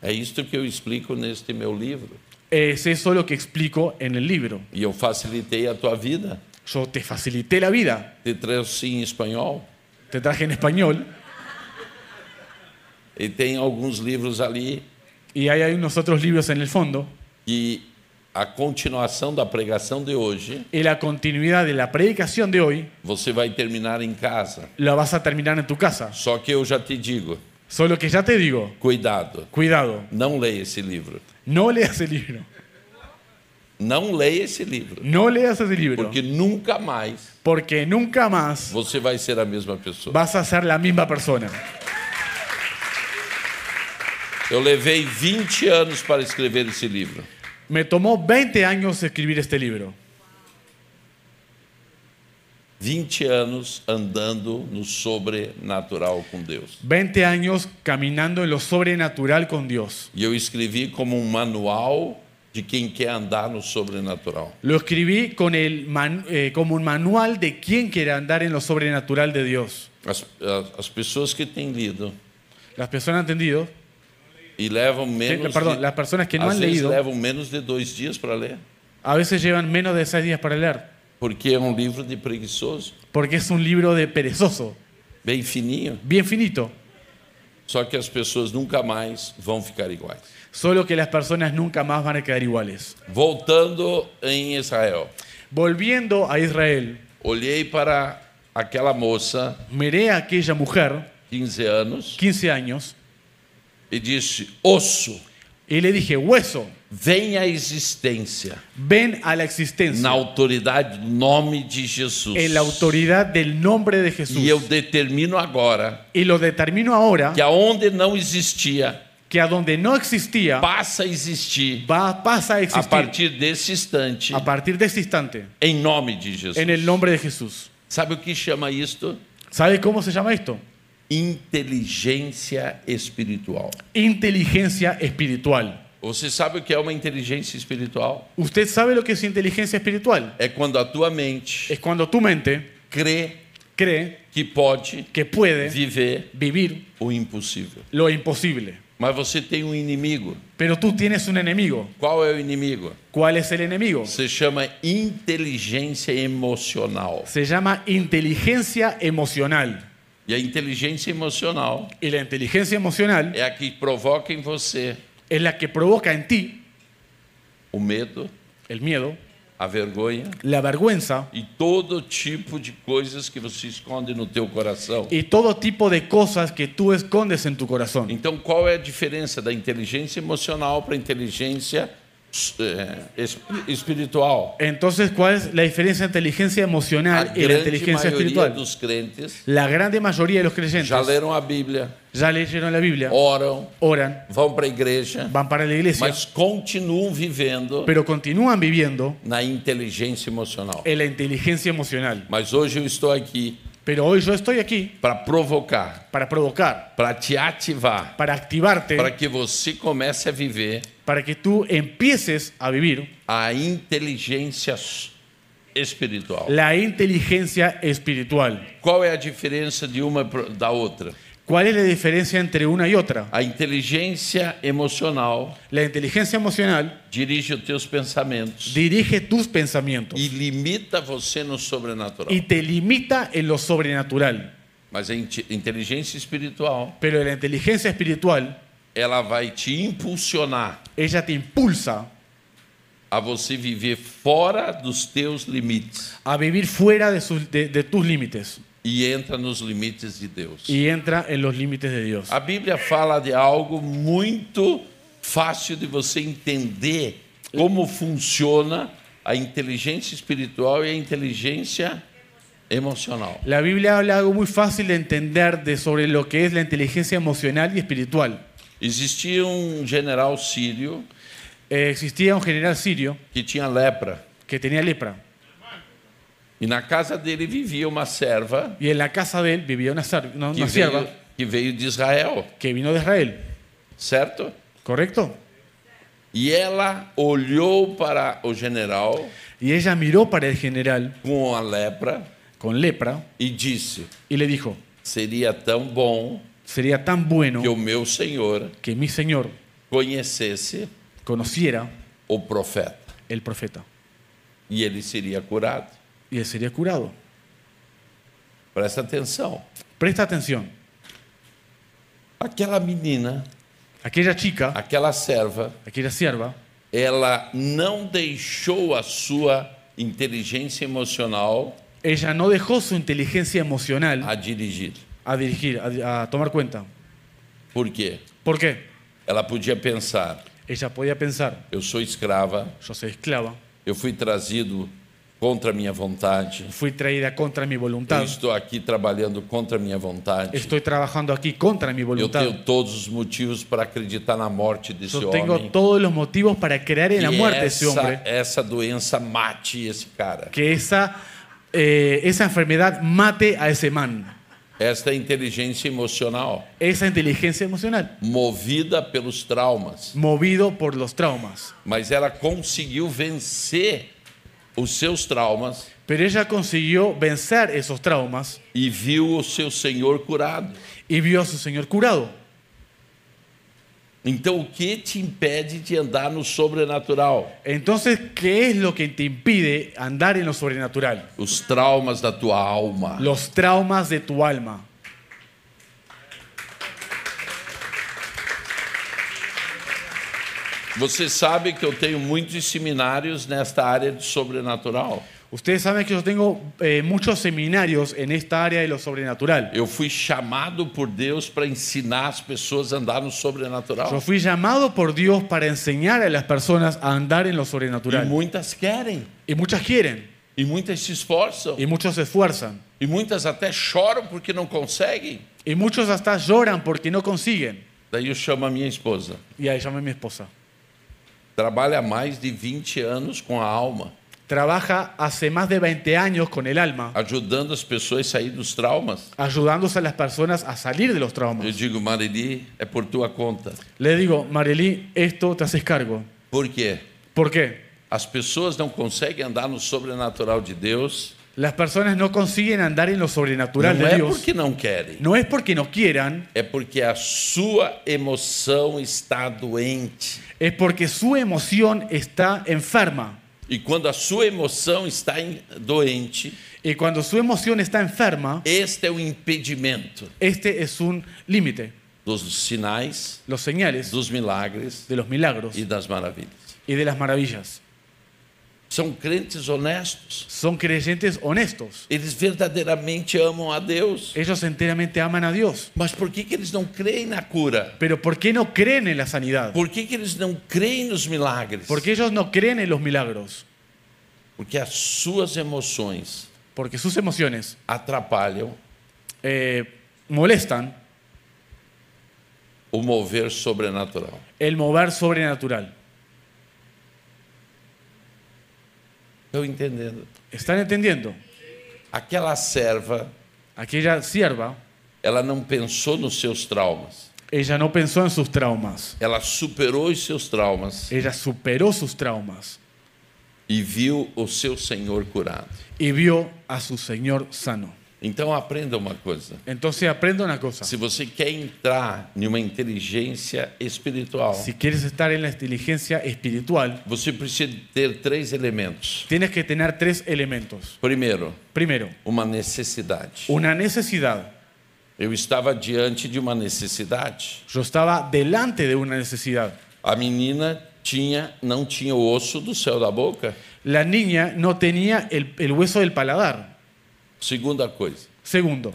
S3: É isto que eu explico neste meu livro.
S4: Es eso lo que explico en el libro.
S3: E eu facilitei a tua vida.
S4: Yo te facilité la vida,
S3: Te trouxe em espanhol.
S4: te traje en español
S3: E tem alguns livros ali
S4: y ahí hay unos otros libros en el fondo.
S3: que a continuação da pregação de hoje
S4: Y la continuidad de la predicación de hoy
S3: você vai terminar em casa.
S4: la vas a terminar en tu casa.
S3: Só que eu já te digo,
S4: Solo que ya te digo,
S3: cuidado,
S4: cuidado,
S3: não leia esse livro.
S4: no leas el libro.
S3: Não leia esse livro,
S4: No leas ese libro.
S3: porque nunca mais
S4: Porque nunca más
S3: você vai ser a mesma pessoa.
S4: vas a ser la misma persona.
S3: Eu levei 20 anos para escrever esse livro.
S4: Me tomó 20 años escribir este libro.
S3: 20 anos andando no sobrenatural com Deus.
S4: 20 años caminando en lo sobrenatural con Dios.
S3: E eu escrevi como um manual de quem quer andar no sobrenatural.
S4: Lo escribí con el man- eh, como un manual de quién quiere andar en lo sobrenatural de Dios.
S3: As, as, as pessoas que têm lido
S4: Las personas han entendido.
S3: e levam menos.
S4: perdão,
S3: de,
S4: as pessoas que não
S3: às
S4: han
S3: vezes
S4: leído.
S3: levam menos de dois dias para ler,
S4: A veces llevan menos de 6 días para leer.
S3: porque é um livro de preguiçoso,
S4: Porque es un libro de perezoso,
S3: bem fininho.
S4: bien finito.
S3: Só que as pessoas nunca mais vão ficar iguais.
S4: Solo que las personas nunca más van a quedar iguales.
S3: Voltando em Israel,
S4: Volviendo a Israel,
S3: olhei para aquela moça,
S4: miré a aquella mujer,
S3: 15 anos,
S4: 15 años,
S3: e disse: Osso,
S4: y le dije, hueso,
S3: vem à existência
S4: ven a la existencia
S3: na autoridade do nome de Jesus.
S4: en la autoridad del nombre de Jesús.
S3: E eu determino agora
S4: Y lo determino ahora
S3: que aonde não existia,
S4: que a donde no existía,
S3: passa a existir
S4: va, pasa a
S3: a
S4: existir
S3: partir desse instante,
S4: a partir de este instante,
S3: em nome de Jesus.
S4: en el nombre de Jesús.
S3: Sabe o que chama isto?
S4: ¿Sabe cómo se llama esto?
S3: Inteligência espiritual.
S4: Inteligencia espiritual.
S3: Você sabe o que é uma inteligência espiritual?
S4: ¿Usted sabe lo que es inteligencia espiritual?
S3: É quando a tua mente
S4: Es cuando tu mente
S3: crê
S4: cree
S3: que pode
S4: que puede
S3: viver
S4: vivir
S3: o impossível.
S4: lo imposible.
S3: Mas você tem um inimigo.
S4: Pero tú tienes un enemigo.
S3: Qual é o inimigo?
S4: ¿Cuál es el enemigo?
S3: Se chama inteligência emocional.
S4: Se llama inteligencia emocional.
S3: E a inteligência emocional
S4: Y la inteligencia emocional
S3: é a que provoca em você
S4: es la que provoca en ti
S3: o medo,
S4: el miedo,
S3: a vergonha
S4: la vergüenza
S3: e todo tipo de coisas que você esconde no teu coração.
S4: y todo tipo de cosas que tú escondes en tu corazón.
S3: Então, qual é a diferença da inteligência emocional para a inteligência eh, esp- espiritual?
S4: Entonces, ¿cuál es la diferencia entre
S3: A
S4: inteligencia emocional y la
S3: grande
S4: inteligencia
S3: maioria
S4: espiritual?
S3: dos crentes
S4: La grande mayoría de los
S3: já
S4: creyentes
S3: leram a Bíblia,
S4: ya leyeron la Biblia,
S3: oram,
S4: oran,
S3: vão para a igreja,
S4: van para la iglesia,
S3: mas continuam vivendo
S4: pero continúan viviendo
S3: na inteligência emocional.
S4: en la inteligencia emocional.
S3: Mas hoje eu estou aqui
S4: Pero hoy yo estoy aquí
S3: para provocar,
S4: para provocar,
S3: para te ativar,
S4: para activarte,
S3: para que você comece a viver
S4: para que tú empieces a vivir
S3: a inteligência s- espiritual.
S4: la inteligencia espiritual.
S3: Qual é a diferença de uma pro- da outra?
S4: ¿Cuál es la diferencia entre una y otra?
S3: A inteligência emocional
S4: La inteligencia emocional
S3: dirige os teus pensamentos
S4: dirige tus pensamientos
S3: e limita você no sobrenatural.
S4: y te limita en lo sobrenatural.
S3: Mas a inte- inteligência espiritual,
S4: Pero la inteligencia espiritual,
S3: ela vai te impulsionar
S4: ella te impulsa
S3: a você viver fora dos teus limites
S4: a vivir fuera de, sus- de- de tus límites
S3: e entra nos limites de Deus.
S4: y entra en los límites de Dios.
S3: Ah. A Bíblia fala de algo muito fácil de você entender como funciona a inteligência espiritual e a inteligência emocional.
S4: La Biblia habla algo muy fácil de entender de sobre lo que es la inteligencia emocional y espiritual.
S3: Existia um general sírio
S4: Eh, existía un general sirio
S3: que tinha lepra
S4: que tenía lepra
S3: e na casa dele vivia uma serva
S4: y en la casa de él vivía una, ser- una-
S3: que
S4: una sierva
S3: veio, que veio de Israel,
S4: que vino de Israel,
S3: certo?
S4: ¿correcto?
S3: E ela olhou para o general
S4: Y ella miró para el general
S3: com a lepra
S4: con lepra
S3: e disse:
S4: y le dijo,
S3: Seria tão bom
S4: sería tan bueno
S3: que o meu senhor
S4: que mi señor
S3: conhecesse
S4: conociera
S3: o profeta
S4: el profeta
S3: e ele seria curado.
S4: y él sería curado.
S3: Presta atenção.
S4: Presta atención,
S3: Aquela menina,
S4: aquella chica,
S3: aquela serva,
S4: aquella sierva,
S3: ela não deixou a sua inteligência emocional
S4: ella no dejó su inteligencia emocional
S3: a dirigir.
S4: a dirigir, a, a tomar cuenta.
S3: Por quê?
S4: ¿Por qué?
S3: Ela podia pensar:
S4: Ella podía pensar,
S3: eu sou escrava,
S4: yo soy esclava,
S3: eu fui trazido contra a minha vontade,
S4: fui traída contra mi
S3: eu
S4: voluntad,
S3: estou aqui trabalhando contra a minha vontade.
S4: estoy trabajando aquí contra mi
S3: Eu
S4: voluntad.
S3: tenho todos os motivos para acreditar na morte desse
S4: Yo
S3: homem.
S4: tengo todos los motivos para creer en la
S3: Que
S4: muerte de ese
S3: essa,
S4: hombre.
S3: essa doença mate esse cara.
S4: Que esa, eh, esa enfermedad mate a ese man.
S3: Esta é a inteligência emocional,
S4: Esa inteligencia emocional,
S3: movida pelos traumas.
S4: movido por los traumas.
S3: Mas ela conseguiu vencer os seus traumas
S4: Pero ella consiguió vencer esos traumas
S3: e viu o seu Senhor curado.
S4: y vio a su Señor curado.
S3: Então, o que te impede de andar no sobrenatural?
S4: Entonces, ¿qué es lo que te impide andar en lo sobrenatural?
S3: Os traumas da tua alma.
S4: Los traumas de tu alma.
S3: Você sabe que eu tenho muitos seminários nesta área de sobrenatural.
S4: Ustedes saben que yo tengo eh, muchos seminarios en esta área de lo sobrenatural.
S3: Eu fui chamado por Deus para ensinar as pessoas a andar no sobrenatural.
S4: Yo fui llamado por Dios para enseñar a las personas a andar en lo
S3: E
S4: sobrenatural.
S3: muitas querem,
S4: Y muchas quieren,
S3: e muitas se esforçam,
S4: y muchos se esfuerzan,
S3: e muitas até choram porque não conseguem.
S4: y muchos hasta lloran porque no consiguen.
S3: Daí eu chamo a minha esposa.
S4: Y ahí llamé a mi esposa.
S3: Trabalha há mais de 20 anos com a alma,
S4: Trabaja hace más de 20 años con el alma,
S3: ajudando as pessoas a sair dos traumas.
S4: ayudándose a las personas a salir de los
S3: Eu
S4: traumas.
S3: digo, Marili, é por tua conta.
S4: Le digo, Marelí, esto te haces cargo.
S3: Por quê?
S4: ¿Por qué?
S3: As pessoas não conseguem andar no sobrenatural de Deus.
S4: Las personas no consiguen andar en lo sobrenatural
S3: Não
S4: de
S3: é
S4: Dios.
S3: porque não querem.
S4: No es porque no quieran,
S3: É porque a sua emoção está doente.
S4: es porque su emoción está enferma.
S3: E quando a sua emoção está em- doente,
S4: Y cuando su emoción está enferma,
S3: este é o impedimento
S4: este es un límite.
S3: dos sinais,
S4: Los señales
S3: dos milagres
S4: de los milagros
S3: e das maravilhas.
S4: y de las maravillas.
S3: São crentes honestos.
S4: Son creyentes honestos.
S3: Eles verdadeiramente amam a Deus.
S4: Ellos enteramente aman a Dios.
S3: Mas por que, que eles não creem na cura?
S4: Pero ¿por qué no creen en la sanidad?
S3: Por que, que eles não creem nos milagres?
S4: Porque ellos no creen en los milagros.
S3: Porque as suas emoções
S4: Porque sus emociones
S3: atrapalham
S4: eh, molestan
S3: o mover sobrenatural.
S4: el mover sobrenatural.
S3: Estão entendendo?
S4: ¿Están entendiendo?
S3: Aquela serva,
S4: Aquella sierva,
S3: ela não pensou nos seus traumas.
S4: ella no pensó en sus traumas.
S3: Ela superou os seus traumas
S4: Ella superó sus traumas
S3: e viu o seu Senhor curado.
S4: y vio a su Señor sano.
S3: Então aprenda uma coisa.
S4: Entonces aprende una cosa.
S3: Se você quer entrar em uma inteligência espiritual,
S4: Si quieres estar en la inteligencia espiritual,
S3: você precisa ter três elementos.
S4: tienes que tener tres elementos.
S3: Primeiro,
S4: Primero,
S3: uma necessidade.
S4: una necesidad.
S3: Eu estava diante de uma necessidade.
S4: Yo estaba delante de una necesidad.
S3: A menina tinha, não tinha o osso do céu da boca.
S4: La niña no tenía el, el hueso del paladar.
S3: Segunda coisa,
S4: Segundo,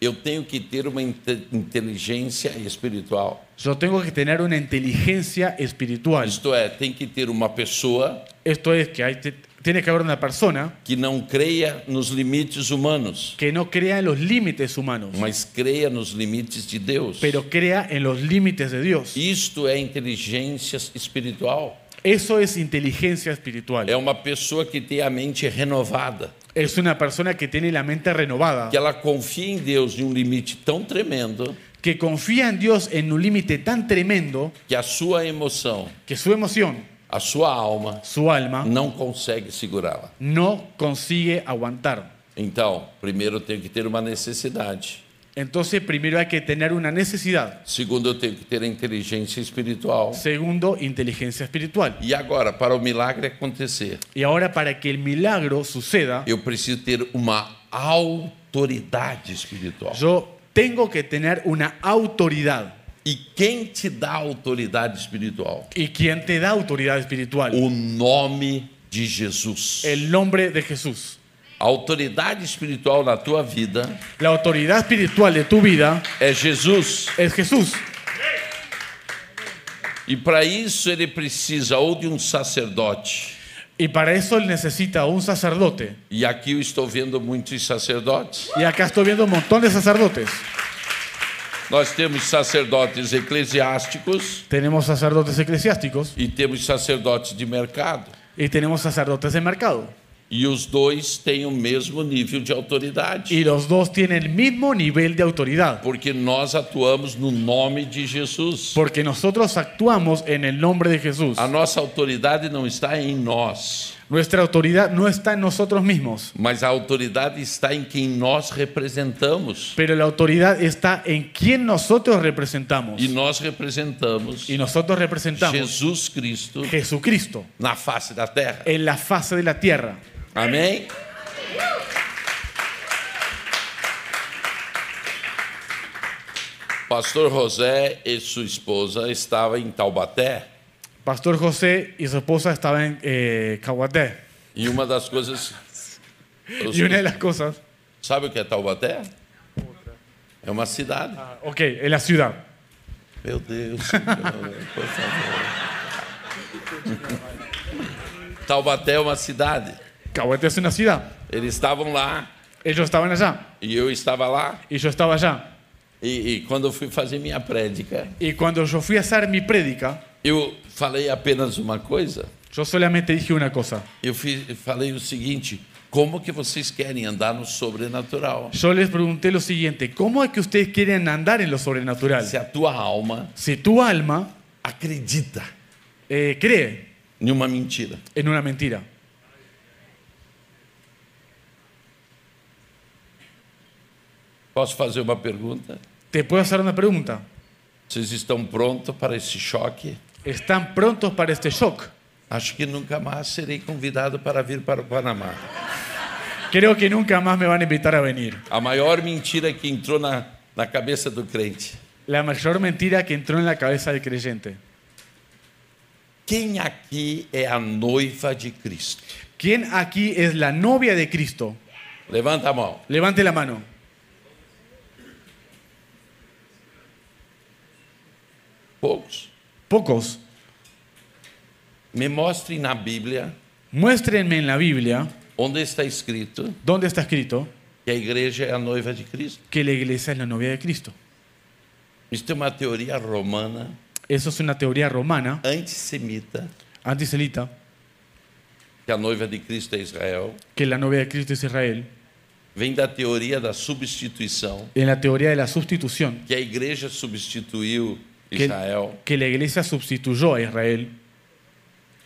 S3: eu tenho que ter uma inte- inteligência espiritual.
S4: Yo tengo que tener una inteligencia espiritual.
S3: Isto é, tem que ter uma pessoa
S4: Esto es que hay, te- tiene que haber una persona
S3: que não creia nos limites humanos,
S4: que no crea en los límites humanos,
S3: mas creia nos limites de Deus.
S4: pero crea en los límites de Dios.
S3: Isto é inteligência espiritual.
S4: Eso es inteligencia espiritual.
S3: É uma pessoa que tem a mente renovada,
S4: Es una persona que tiene la mente renovada,
S3: que ela confia em Deus em um limite tão tremendo
S4: que confía en Dios en un límite tan tremendo
S3: que a sua emoção,
S4: que su emoción,
S3: a sua alma,
S4: su alma,
S3: não consegue segurá-la.
S4: no consigue aguantar.
S3: Então, primeiro eu tenho que ter uma necessidade.
S4: Entonces, primero hay que tener una necesidad.
S3: Segundo, eu tenho que ter a inteligência espiritual.
S4: Segundo, inteligencia espiritual.
S3: E agora, para o milagre acontecer,
S4: Y ahora, para que el milagro suceda,
S3: eu preciso ter uma autoridade espiritual.
S4: yo tengo que tener una autoridad.
S3: E quem te dá autoridade espiritual?
S4: ¿Y quién te da autoridad espiritual?
S3: O nome de Jesus.
S4: El nombre de Jesús.
S3: A autoridade espiritual na tua vida
S4: La autoridad espiritual de tu vida
S3: é Jesus.
S4: es Jesús.
S3: E para isso ele precisa ou de um sacerdote.
S4: Y para eso él necesita un sacerdote.
S3: E aqui eu estou vendo muitos sacerdotes.
S4: Y acá estoy viendo un montón de sacerdotes.
S3: Nós temos sacerdotes eclesiásticos
S4: Tenemos sacerdotes eclesiásticos
S3: e temos sacerdotes de mercado.
S4: y tenemos sacerdotes de mercado.
S3: E os dois têm o mesmo nível de autoridade.
S4: Y los dos tienen el mismo nivel de autoridad.
S3: Porque nós atuamos no nome de Jesus.
S4: Porque nosotros actuamos en el nombre de Jesús.
S3: A nossa autoridade não está em nós,
S4: Nuestra autoridad no está en nosotros mismos,
S3: mas a autoridade está em quem nós representamos.
S4: pero la autoridad está en quien nosotros representamos.
S3: E nós representamos
S4: Y nosotros representamos
S3: Jesus Cristo
S4: Jesucristo
S3: na face da terra.
S4: en la faz de la tierra.
S3: Amém? Pastor José e sua esposa estavam em Taubaté
S4: Pastor José y su esposa estaban en eh, Caguaté.
S3: e uma das coisas.
S4: Y una de las cosas,
S3: Sabe o que é Taubaté? É uma cidade.
S4: ah, ok, en la ciudad.
S3: Meu Deus, Senhor, por favor. Taubaté é uma cidade.
S4: Caguaté es una ciudad.
S3: Eles estavam lá
S4: Ellos estaban allá
S3: e eu estava lá.
S4: y yo estaba allá.
S3: E, e quando eu fui fazer minha prédica,
S4: Y cuando yo fui a hacer mi prédica,
S3: eu falei apenas uma coisa.
S4: yo solamente dije una cosa.
S3: Eu fi- eu falei o seguinte: como que vocês querem andar no sobrenatural?
S4: Yo les pregunté lo siguiente, ¿cómo es que ustedes quieren andar en lo sobrenatural?
S3: Se a tua alma
S4: Si tu alma
S3: acredita
S4: eh, cree
S3: em uma mentira,
S4: en una mentira,
S3: posso fazer uma pergunta?
S4: te puedo hacer una pregunta.
S3: Vocês estão prontos para esse choque?
S4: ¿Están prontos para este shock?
S3: Acho que nunca mais serei convidado para vir para o Panamá.
S4: Creo que nunca más me van a invitar a venir.
S3: A maior mentira que entrou na, na cabeça do crente.
S4: La mayor mentira que entró en la cabeza del creyente.
S3: Quem aqui é a noiva de Cristo?
S4: ¿Quién aquí es la novia de Cristo?
S3: Levanta a mão.
S4: Levante la mano.
S3: Poucos.
S4: Pocos.
S3: Me mostrem na Bíblia
S4: Muéstrenme en la Biblia
S3: onde está escrito
S4: dónde está escrito
S3: que a igreja é a noiva de Cristo.
S4: que la iglesia es la novia de Cristo.
S3: Isso é uma teoria romana,
S4: Eso es una teoría romana,
S3: antissemita,
S4: antiselita,
S3: que a noiva de Cristo é Israel.
S4: que la novia de Cristo es Israel.
S3: Vem da teoria da substituição,
S4: En la teoría de la sustitución,
S3: que a igreja substituiu
S4: que,
S3: Israel.
S4: que la iglesia sustituyó a Israel.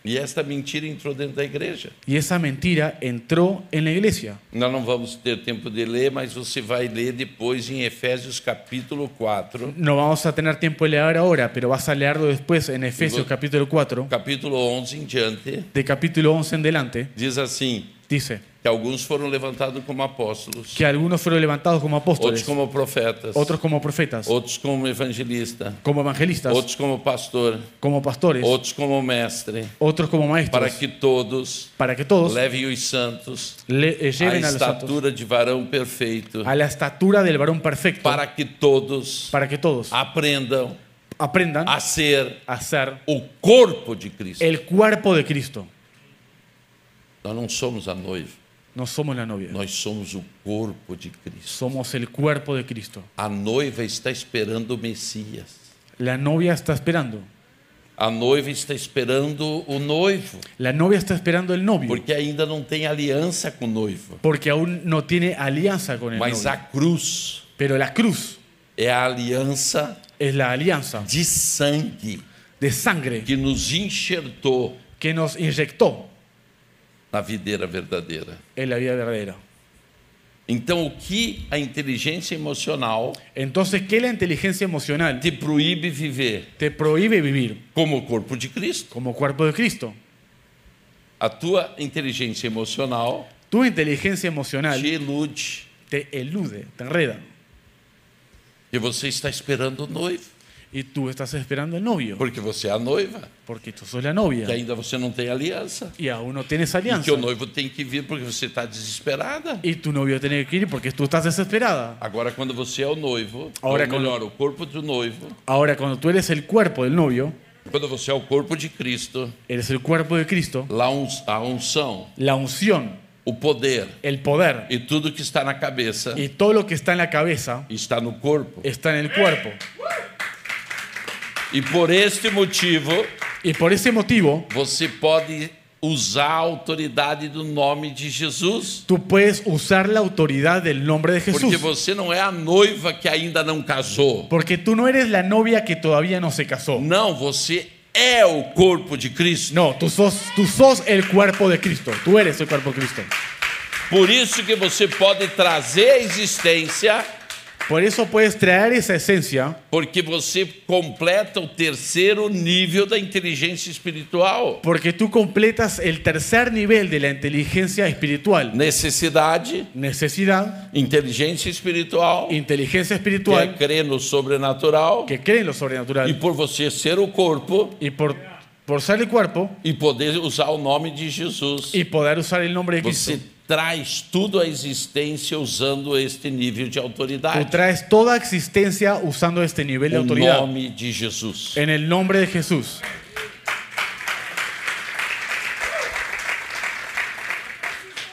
S3: E esta mentira entrou dentro da igreja.
S4: Y esa mentira entró en la iglesia.
S3: Nós não vamos ter tempo de ler, mas você vai ler depois em Efésios capítulo 4,
S4: No vamos a tener tiempo de leer ahora, pero vas a leerlo después en Efesios
S3: Digo-
S4: capítulo 4,
S3: capítulo 11 em diante.
S4: de capítulo 11 en delante.
S3: Diz assim:
S4: dice
S3: que alguns foram levantados como apóstolos,
S4: que algunos fueron levantados como
S3: outros
S4: apóstoles,
S3: como profetas,
S4: otros como profetas,
S3: outros como evangelista,
S4: como evangelistas,
S3: outros como pastor,
S4: como pastores,
S3: outros como mestre,
S4: otros como maestros,
S3: para que todos
S4: para que todos
S3: levem os santos
S4: le- eh,
S3: à
S4: lleguen a los santos
S3: estatura de varão perfeito,
S4: a la estatura del varón perfecto,
S3: para que todos
S4: para que todos
S3: aprendam
S4: aprendan
S3: a ser
S4: a ser
S3: o corpo de Cristo.
S4: el cuerpo de Cristo.
S3: Nós não somos a noiva,
S4: No somos la novia,
S3: nós somos o corpo de Cristo.
S4: somos el cuerpo de Cristo.
S3: A noiva está esperando o Messias.
S4: La novia está esperando.
S3: A noiva está esperando o noivo,
S4: La novia está esperando el novio
S3: porque ainda não tem aliança com o noivo.
S4: porque aún no tiene alianza con el
S3: Mas
S4: novio.
S3: a cruz
S4: Pero la cruz
S3: é a aliança
S4: es la alianza
S3: de sangue
S4: de sangre
S3: que nos enxertou
S4: que nos inyectó
S3: na videira verdadeira.
S4: en la vida verdadera.
S3: Então, o que a inteligência emocional
S4: Entonces, ¿qué la inteligencia emocional
S3: te proíbe viver
S4: te prohíbe vivir
S3: como o corpo de Cristo?
S4: como cuerpo de Cristo?
S3: A tua inteligência emocional
S4: Tu inteligencia emocional
S3: te ilude
S4: te elude, te enreda.
S3: que você está esperando o noivo,
S4: Y tú estás esperando el novio
S3: porque você é a noiva,
S4: porque tú sos la
S3: que
S4: novia
S3: ainda você não tem alianza.
S4: y aún no tienes
S3: E que
S4: alianza.
S3: o noivo tem que vir porque você está desesperada.
S4: Y tu novio tiene que ir porque tú estás desesperada.
S3: Agora, quando você é o noivo,
S4: Agora,
S3: ou melhor, o corpo do noivo,
S4: Ahora, cuando tú eres el cuerpo del novio,
S3: quando você é o corpo de Cristo,
S4: eres el cuerpo de Cristo,
S3: lá uns- a unção,
S4: la unción,
S3: o poder
S4: el poder
S3: e tudo que está na cabeça
S4: y todo lo que está en la cabeza
S3: está no corpo.
S4: está en el cuerpo.
S3: E por este motivo,
S4: Y por ese motivo,
S3: você pode usar a autoridade do nome de Jesus.
S4: tú puedes usar la autoridad del nombre de
S3: Porque
S4: Jesús.
S3: você não é a noiva que ainda não casou.
S4: Porque tú no eres la novia que todavía no se casó.
S3: Não, você é o corpo de Cristo.
S4: No, tú sos, tú sos el cuerpo de Cristo. Tú eres el cuerpo de Cristo.
S3: Por isso que você pode trazer a existência,
S4: Por eso puedes traer esa esencia,
S3: porque você completa o terceiro nível da inteligência espiritual.
S4: porque tú completas el tercer nivel de la inteligencia espiritual.
S3: Necessidade,
S4: Necesidad,
S3: inteligência espiritual,
S4: inteligencia
S3: que é
S4: espiritual,
S3: crer no sobrenatural,
S4: que é cree en lo
S3: e
S4: sobrenatural.
S3: por você ser o corpo
S4: Y por, por ser el cuerpo
S3: e poder usar o nome de Jesus.
S4: y poder usar el nombre de Cristo.
S3: Você traz tudo à existência usando este nível de
S4: Tú
S3: autoridade.
S4: traes toda existencia usando este nivel de
S3: O
S4: autoridad.
S3: nome de Jesus.
S4: En el nombre de Jesús.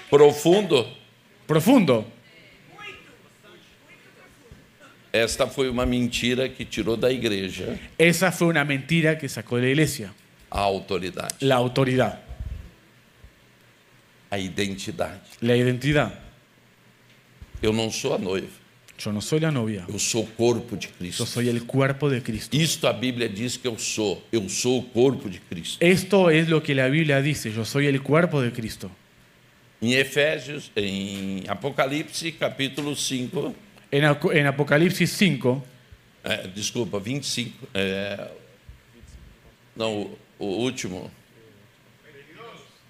S3: Profundo.
S4: Profundo.
S3: Esta foi uma mentira que tirou da igreja
S4: Esa fue una mentira que sacó de la iglesia.
S3: a autoridade,
S4: La autoridad,
S3: a identidade.
S4: la identidad.
S3: Eu não sou a noiva,
S4: Yo no soy la novia,
S3: eu sou o corpo de Cristo.
S4: yo soy el cuerpo de Cristo.
S3: Isto a Bíblia diz que eu sou. Eu sou o corpo de Cristo.
S4: Esto es lo que la Biblia dice, yo soy el cuerpo de Cristo.
S3: Em Efésios, em Apocalipse, capítulo 5,
S4: En, Acu- en Apocalipsis 5,
S3: é, desculpa, 25. É, não, o, o último.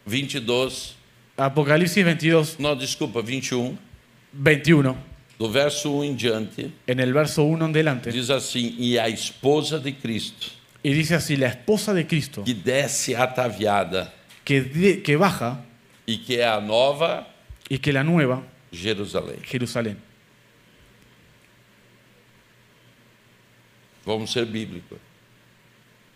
S3: 22.
S4: Apocalipsis 22,
S3: Não, desculpa, 21.
S4: 21,
S3: Do verso 1 em diante.
S4: en el verso 1 en delante,
S3: Diz assim: E a esposa de Cristo,
S4: y dice así, la esposa de Cristo,
S3: que desce ataviada,
S4: que, de- que baja
S3: e que é a nova
S4: y que la nueva,
S3: Jerusalém.
S4: Jerusalén.
S3: Vamos ser bíblicos.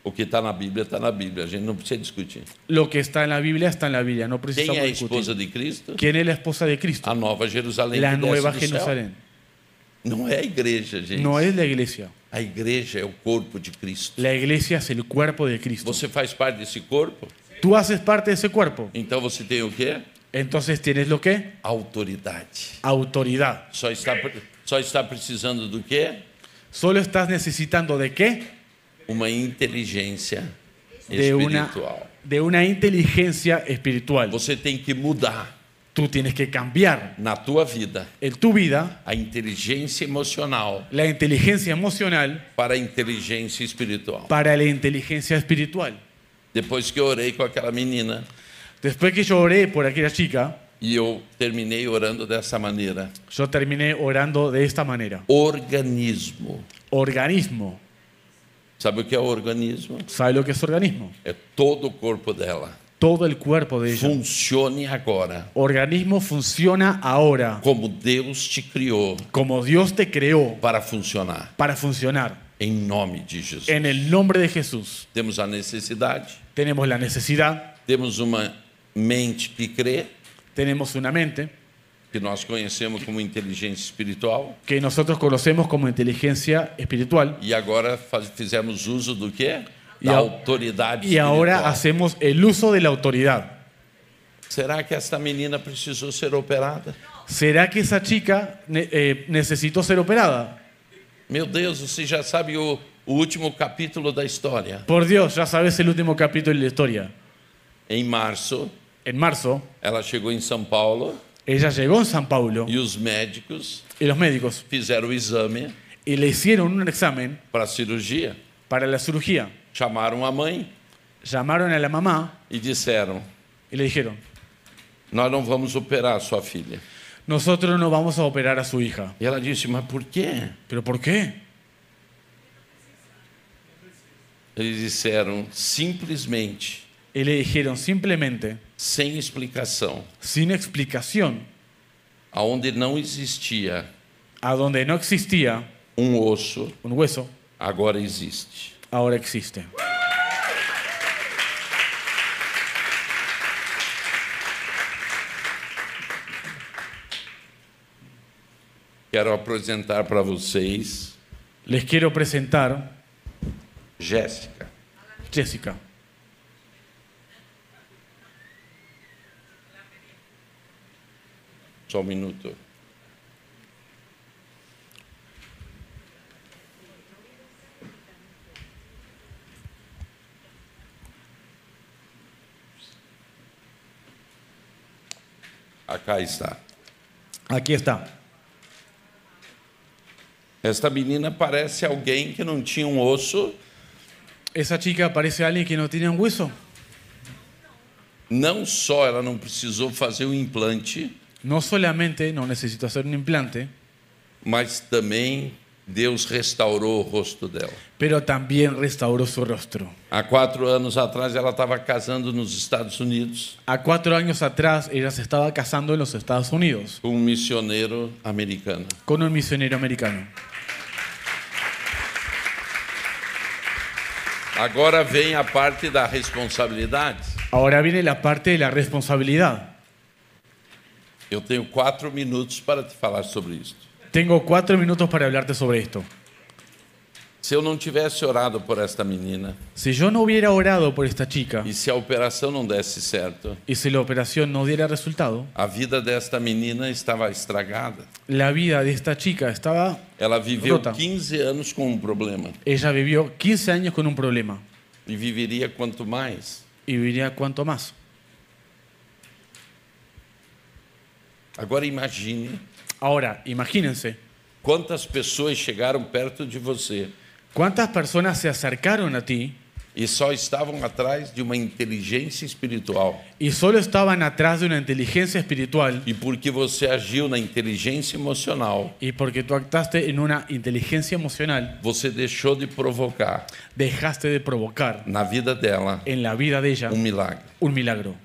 S3: O que está na Bíblia, está na Bíblia. A gente não precisa discutir.
S4: Lo que está en la Biblia está en la Biblia, no
S3: Quem é a
S4: precisamos
S3: esposa
S4: discutir.
S3: de Ah, Cristo?
S4: ¿Quién es la esposa de Cristo?
S3: é A nova Jerusalém.
S4: La
S3: que desce
S4: nueva
S3: do céu.
S4: Jerusalén.
S3: Não é a igreja, gente.
S4: No es la iglesia.
S3: A igreja é o corpo de Cristo.
S4: La iglesia es el cuerpo de Cristo.
S3: Você faz parte desse corpo?
S4: Tú haces parte de ese cuerpo.
S3: Então você tem o quê?
S4: Entonces tienes lo que?
S3: Autoridade.
S4: Autoridad.
S3: Só está, pre- só está precisando do quê?
S4: Solo estás necesitando de qué?
S3: Uma inteligência
S4: De una,
S3: espiritual.
S4: de una inteligencia espiritual.
S3: Você tem que mudar
S4: Tú tienes que cambiar
S3: na tua vida
S4: en tu vida
S3: a inteligência emocional
S4: la inteligencia emocional
S3: para a inteligência espiritual.
S4: para la inteligencia espiritual.
S3: Depois que eu orei com aquela menina,
S4: Después que yo oré por aquella chica,
S3: E eu terminei orando dessa maneira.
S4: Yo terminé orando de esta manera.
S3: Organismo.
S4: Organismo.
S3: Sabe o que é organismo?
S4: ¿Sabe lo que es organismo?
S3: É todo o corpo dela.
S4: Todo el cuerpo de ella.
S3: Funcione agora
S4: Organismo funciona ahora
S3: como Deus te criou
S4: como Dios te creó
S3: para funcionar.
S4: para funcionar.
S3: Em nome de Jesus.
S4: En el nombre de Jesús
S3: Temos a necessidade,
S4: tenemos la necesidad,
S3: temos uma mente que crê,
S4: tenemos una mente
S3: que nós conhecemos como inteligência espiritual,
S4: que nosotros conocemos como inteligencia espiritual
S3: e agora faz- fizemos uso do quê?
S4: E
S3: Da
S4: a-
S3: autoridade
S4: y ahora
S3: espiritual.
S4: hacemos el uso de la autoridad.
S3: Será que esta menina precisou ser operada?
S4: ¿Será que esa chica ne- eh, necesitó ser operada?
S3: Meu Deus, você já sabe o, o último capítulo da história.
S4: Por Dios, ya sabes el último capítulo de la historia.
S3: Em março,
S4: En marzo,
S3: ela chegou em São Paulo
S4: ella llegó en San Paulo
S3: e os médicos
S4: y los médicos
S3: fizeram o exame
S4: y le hicieron un examen
S3: para a cirurgia.
S4: para la cirugía.
S3: Chamaram a mãe
S4: Llamaron a la mamá
S3: e disseram:
S4: y le dijeron,
S3: Nós não vamos operar sua filha.
S4: nosotros no vamos a operar a su hija.
S3: E ela disse: Mas por quê?
S4: ¿Pero por qué?
S3: Eles disseram simplesmente,
S4: Y le dijeron simplemente,
S3: sem explicação,
S4: sin explicación,
S3: aonde não existia
S4: a donde no existía
S3: um osso,
S4: un hueso,
S3: agora existe.
S4: ahora existe.
S3: Quero apresentar para vocês
S4: Les quiero presentar
S3: Jéssica.
S4: Jessica.
S3: Só um minuto. Acá Ah, está.
S4: Aquí está.
S3: Esta menina parece alguém que não tinha um osso,
S4: Esa chica parece alguien que no tiene un hueso.
S3: não só ela não precisou fazer o implante,
S4: No solamente no necesitó hacer un implante,
S3: mas também Deus restaurou o rosto dela.
S4: pero también restauró su rostro.
S3: Há quatro anos atrás ela estava casando nos Estados Unidos
S4: A cuatro años atrás ella se estaba casando en los Estados Unidos
S3: com um missioneiro americano.
S4: con un misionero americano.
S3: Agora vem a parte da responsabilidade.
S4: Ahora viene la parte de la responsabilidad.
S3: Eu tenho quatro minutos para te falar sobre isso.
S4: Tengo cuatro minutos para hablarte sobre esto.
S3: Se eu não tivesse orado por esta menina
S4: Si yo no hubiera orado por esta chica
S3: e se a operação não desse certo,
S4: y si la operación no diera resultado,
S3: a vida desta menina estava estragada.
S4: la vida de esta chica estaba...
S3: Ela viveu
S4: Rota.
S3: 15 anos com um problema
S4: Ella vivió 15 años con un problema
S3: e viveria quanto mais.
S4: y viviría cuanto más.
S3: Agora imagine
S4: Ahora, imagínense,
S3: quantas pessoas chegaram perto de você
S4: ¿cuántas personas se acercaron a ti
S3: e só estavam atrás de uma inteligência espiritual.
S4: y solo estaban atrás de una inteligencia espiritual
S3: E porque você agiu na inteligência emocional,
S4: y porque tú actuaste en una inteligencia emocional,
S3: você deixou de provocar
S4: dejaste de provocar
S3: na vida dela
S4: en la vida de ella
S3: um milagre.
S4: un milagro?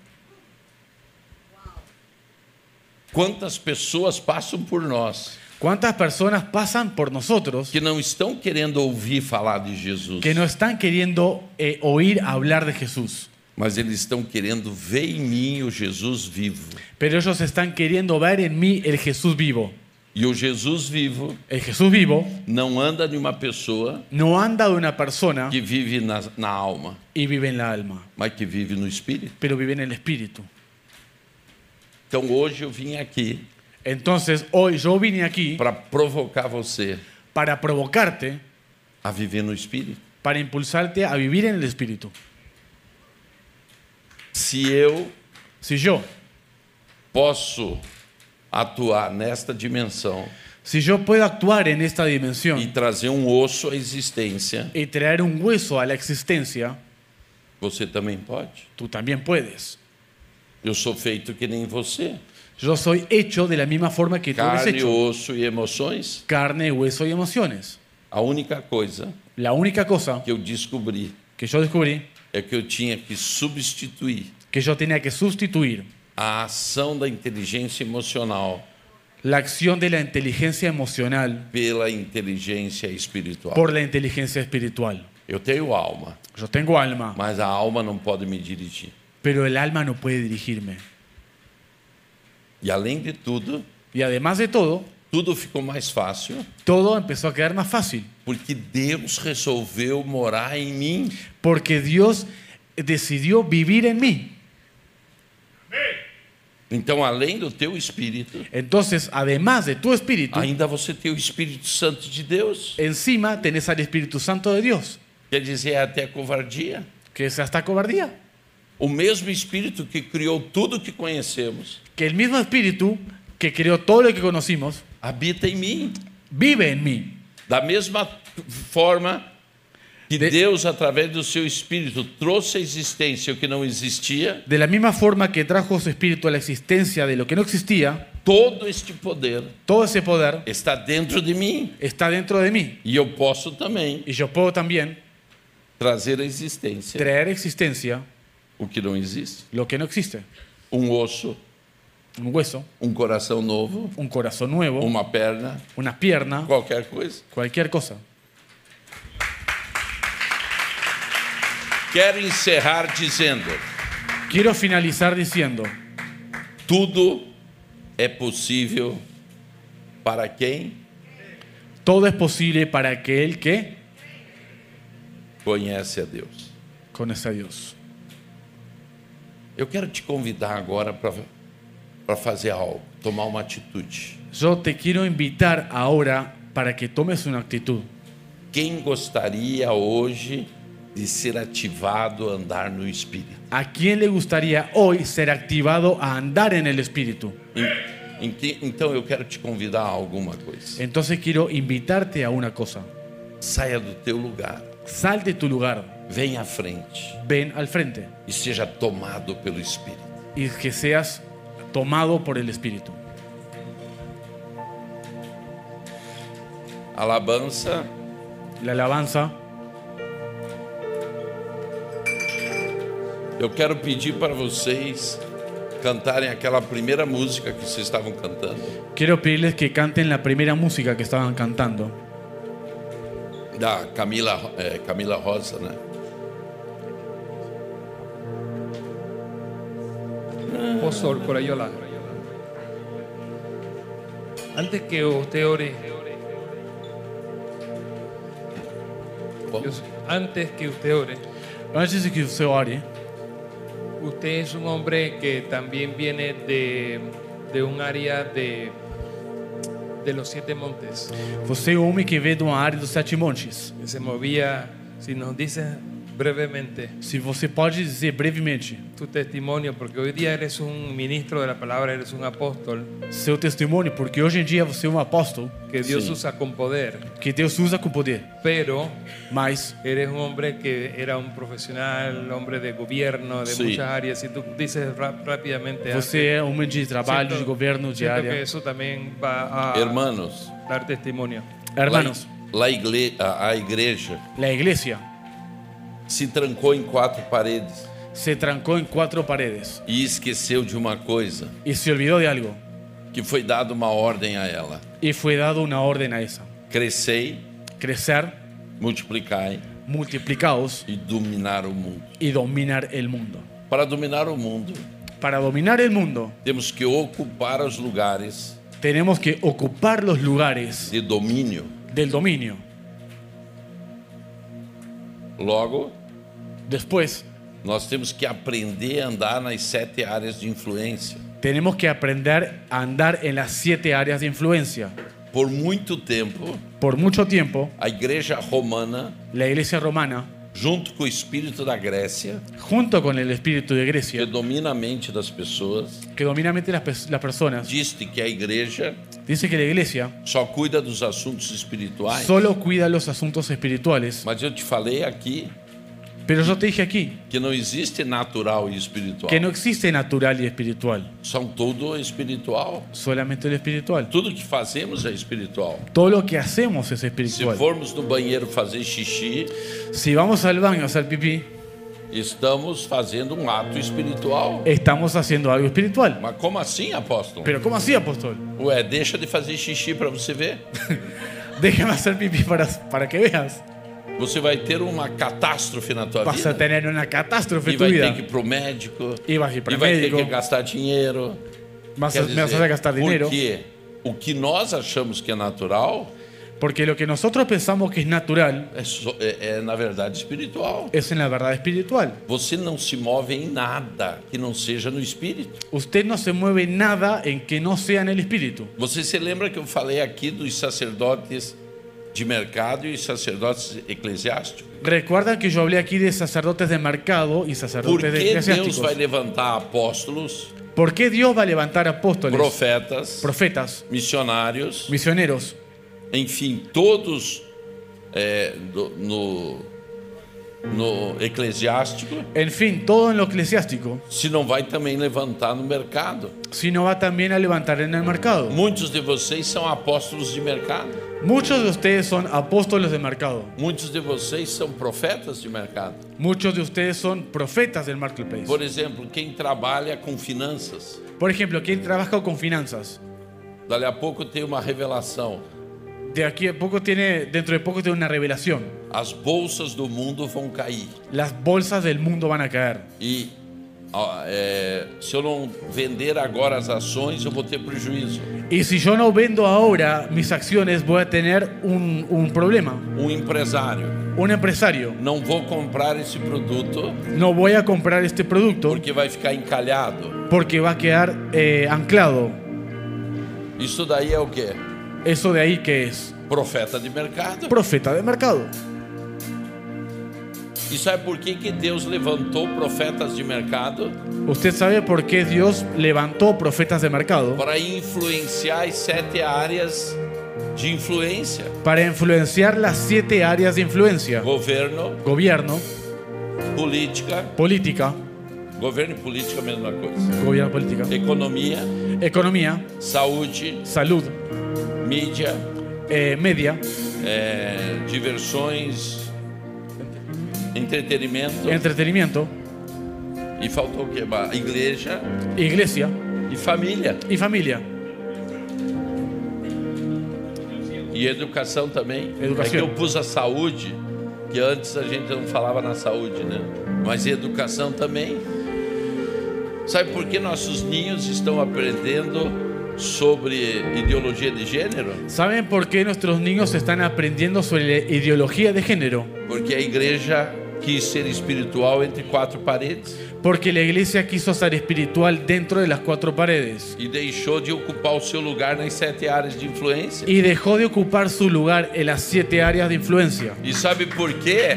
S3: Quantas pessoas passam por nós
S4: ¿Cuántas personas pasan por nosotros
S3: que não estão querendo ouvir falar de Jesus,
S4: que no están queriendo eh, oír hablar de Jesús?
S3: mas eles estão querendo ver em mim o Jesus vivo.
S4: Pero ellos están queriendo ver en mí el Jesús vivo.
S3: E o Jesus vivo
S4: El Jesús vivo
S3: não anda de uma pessoa
S4: no anda de una persona
S3: que vive na, na alma,
S4: y vive en la alma,
S3: mas que vive no espírito.
S4: pero vive en el espíritu.
S3: Então hoje eu vim aqui
S4: Entonces hoy yo vine aquí
S3: para provocar você
S4: para provocarte,
S3: a viver no espírito.
S4: para impulsarte a vivir en el espíritu.
S3: Se eu
S4: Si yo,
S3: posso atuar nesta dimensão
S4: si yo puedo actuar en esta
S3: e
S4: dimensión
S3: trazer um osso à existência,
S4: y traer un hueso a la existencia,
S3: você também pode.
S4: tú también puedes.
S3: Eu sou feito que nem você.
S4: Yo soy hecho de la misma forma que tú eres
S3: Carne,
S4: hecho.
S3: osso e emoções.
S4: Carne, hueso y emociones.
S3: A única coisa
S4: La única cosa
S3: que eu descobri
S4: que yo descubrí
S3: é que eu tinha que substituir
S4: que yo tenía que sustituir
S3: a ação da inteligência emocional
S4: la acción de la inteligencia emocional
S3: pela inteligência espiritual.
S4: por la inteligencia espiritual.
S3: Eu tenho alma,
S4: Yo tengo alma,
S3: mas a alma não pode me dirigir.
S4: pero el alma no puede dirigirme.
S3: E além de tudo,
S4: Y además de todo,
S3: tudo ficou mais fácil
S4: todo empezó a quedar más fácil,
S3: porque Deus resolveu morar em mim.
S4: porque Dios decidió vivir en mí.
S3: Então, além do teu espírito,
S4: Entonces, además de tu espíritu,
S3: ainda você tem o Espírito Santo de Deus.
S4: encima tenés al Espíritu Santo de Dios,
S3: Quer dizer, é até covardia.
S4: que es hasta cobardía.
S3: O mesmo Espírito que criou tudo que conhecemos
S4: Que el mismo Espíritu que creó todo lo que conocimos,
S3: habita em mim.
S4: vive en mí.
S3: Da mesma forma que
S4: De-
S3: Deus, através do seu Espírito, trouxe à existência o que não existia,
S4: De la misma forma que trajo su Espíritu a la existencia de lo que no existía,
S3: todo este poder
S4: todo ese poder
S3: está dentro de mí.
S4: está dentro de mí.
S3: E eu posso também
S4: Y yo puedo también
S3: trazer à existência
S4: traer existencia
S3: o que não existe.
S4: lo que no existe.
S3: Um osso,
S4: Un hueso,
S3: um coração novo,
S4: un corazón nuevo,
S3: uma perna,
S4: una pierna,
S3: qualquer coisa.
S4: cualquier cosa.
S3: Quero encerrar dizendo:
S4: Quiero finalizar diciendo,
S3: tudo é possível para quem
S4: todo es posible para aquel que
S3: conhece a Deus.
S4: conoce a Dios.
S3: Eu quero te convidar agora para fazer algo, tomar uma atitude.
S4: Yo te quiero invitar ahora para que tomes una actitud.
S3: Quem gostaria hoje de ser ativado a andar no Espírito?
S4: ¿A quién le gustaría hoy ser activado a andar en el Espíritu?
S3: Em- em que- então eu quero te convidar a alguma coisa.
S4: Entonces quiero invitarte a una cosa.
S3: Saia do teu lugar,
S4: Sal de tu lugar,
S3: venha à frente
S4: ven al frente
S3: e seja tomado pelo Espírito.
S4: y que seas tomado por el Espíritu.
S3: Alabança.
S4: La alabanza.
S3: Eu quero pedir para vocês cantarem aquela primeira música que vocês estavam cantando,
S4: Quiero pedirles que canten la primera música que estaban cantando,
S3: da Camila, eh, Camila Rosa, né?
S1: Pastor Corayola. Antes que usted ore,
S3: Bom,
S1: yo- antes que usted ore,
S4: antes de que usted ore,
S1: usted es un hombre que también viene de, de un área de, de los siete montes.
S4: você é o homem que veio de uma área dos sete montes.
S1: que se movía, si nos dices brevemente
S4: Se você pode dizer brevemente
S1: tu testimonio, porque hoy día eres un ministro de la palabra, eres un apóstol,
S4: seu testemunho, porque hoje em dia você é um apóstolo
S1: que Dios
S3: Sí.
S1: usa con poder,
S4: que Deus usa com poder,
S1: pero
S4: mas
S1: eres un hombre que era un profesional, hombre de gobierno, de
S3: Sí.
S1: muchas áreas, si tú dices rap- rápidamente... ah,
S4: você é um homem de trabalho, de governo, de
S1: siento que
S4: área.
S1: eso también va a
S3: Hermanos,
S1: dar testimonio.
S4: Hermanos,
S3: lá, lá igle- a, a igreja
S4: la iglesia
S3: se trancou em quatro paredes
S4: se trancó en cuatro paredes
S3: e esqueceu de uma coisa,
S4: y se olvidó de algo
S3: que foi dada uma ordem a ela:
S4: y fue dado una orden a esa.
S3: crescei,
S4: Crecer,
S3: multiplicai
S4: multiplicaos
S3: e dominar o mundo.
S4: y dominar el mundo.
S3: Para dominar o mundo,
S4: Para dominar el mundo
S3: temos que ocupar os lugares
S4: tenemos que ocupar los lugares
S3: de domínio.
S4: del dominio.
S3: Logo,
S4: Después,
S3: nós temos que aprender a andar nas sete áreas de influência.
S4: tenemos que aprender a andar en las siete áreas de influencia.
S3: Por muito tempo,
S4: Por mucho tiempo,
S3: a igreja romana,
S4: la iglesia romana,
S3: junto com o espírito da Grécia,
S4: junto con el espíritu de
S3: que
S4: Grecia,
S3: domina a mente das pessoas,
S4: que domina mente las, pers- las personas,
S3: disse que a igreja
S4: dice que la iglesia
S3: só cuida dos assuntos espirituais.
S4: solo cuida los asuntos espirituales.
S3: Mas eu te falei aqui
S4: Pero yo te dije aquí
S3: que não existe natural e espiritual.
S4: que no existe natural y espiritual,
S3: São tudo espiritual.
S4: solamente el espiritual.
S3: Tudo que fazemos é espiritual.
S4: Todo lo que hacemos es
S3: Se
S4: espiritual.
S3: formos no banheiro fazer xixi,
S4: Si vamos al baño a hacer pipí,
S3: estamos fazendo um ato espiritual.
S4: estamos haciendo algo espiritual.
S3: Mas como assim, apóstolo?
S4: Pero ¿cómo así, apóstol?
S3: Ué, deixa de fazer xixi para você ver.
S4: Déjame hacer pipí para, para que veas.
S3: Você vai ter uma catástrofe na tua
S4: Vas a
S3: vida.
S4: tener una catástrofe
S3: E
S4: en tu
S3: vai
S4: vida.
S3: ter que ir pro médico.
S4: E vai ir pra
S3: e vai
S4: médico.
S3: ter que gastar dinheiro.
S4: Vas a,
S3: Quer
S4: me vas a hacer gastar dinero.
S3: Porque o que nós achamos que é natural
S4: Porque lo que nosotros pensamos que es natural
S3: é, só- é- é, na verdade espiritual.
S4: es en la verdad espiritual.
S3: Você não se move em nada que não seja no espírito.
S4: Usted no se mueve nada en que no sea en el espíritu.
S3: Você se lembra que eu falei aqui dos sacerdotes de mercado e sacerdotes eclesiásticos?
S4: Recuerdan que yo hablé aquí de sacerdotes de mercado y
S3: Por
S4: sacerdotes de
S3: que Deus
S4: eclesiásticos.
S3: vai levantar apóstolos,
S4: ¿Por qué Dios va a levantar apóstoles,
S3: profetas,
S4: profetas,
S3: missionários,
S4: misioneros?
S3: enfim, todos é, do- no, no eclesiástico,
S4: En fin, todo en lo eclesiástico,
S3: se não vai também levantar no mercado?
S4: sino va también a levantar en el mercado.
S3: Muitos de vocês são apóstolos de mercado.
S4: Muchos de ustedes son apóstoles de mercado.
S3: Muitos de vocês são profetas de mercado.
S4: Muchos de ustedes son profetas del marketplace.
S3: Por exemplo, quem trabalha com finanças,
S4: Por ejemplo, quien trabaja con finanzas,
S3: dali a pouco tem uma revelação.
S4: de aquí a poco tiene, dentro de poco tiene una revelación.
S3: As bolsas do mundo vão cair.
S4: Las bolsas del mundo van a caer.
S3: E ó, é, se eu não vender agora as ações, eu vou ter prejuízo.
S4: Y si yo no vendo ahora mis acciones, voy a tener un, un problema.
S3: Um empresário,
S4: Un empresario,
S3: não vou comprar esse produto
S4: no voy a comprar este producto
S3: porque vai ficar encalhado.
S4: porque va a quedar eh, anclado.
S3: Isso daí é o quê?
S4: Eso de ahí que es
S3: Profeta de mercado.
S4: profeta de mercado.
S3: E sabe é por que, que Deus levantou profetas de mercado?
S4: Usted sabe por qué Dios levantó profetas de mercado
S3: Para influenciar as sete áreas de influência:
S4: para influenciar las siete áreas de influencia.
S3: governo,
S4: Gobierno,
S3: política,
S4: política,
S3: governo e política, a mesma coisa.
S4: gobierno política,
S3: Eh. Economia,
S4: economía,
S3: saúde,
S4: salud,
S3: mídia,
S4: eh, media,
S3: é, diversões, entretenimento.
S4: entretenimiento,
S3: E faltou o quê? Ba- Igreja
S4: iglesia
S3: e família.
S4: y familia.
S3: E educação também.
S4: Educação.
S3: É que eu pus a saúde, que antes a gente não falava na saúde, né? Mas educação também. Sabe por que nossos ninhos estão aprendendo sobre ideologia de gênero?
S4: ¿Saben por qué nuestros niños están aprendiendo sobre la ideología de género?
S3: Porque a igreja quis ser espiritual entre quatro paredes
S4: Porque la iglesia quiso ser espiritual dentro de las cuatro paredes
S3: e deixou de ocupar o seu lugar nas sete áreas de influência.
S4: y dejó de ocupar su lugar en las siete áreas de influencia.
S3: E sabe por quê?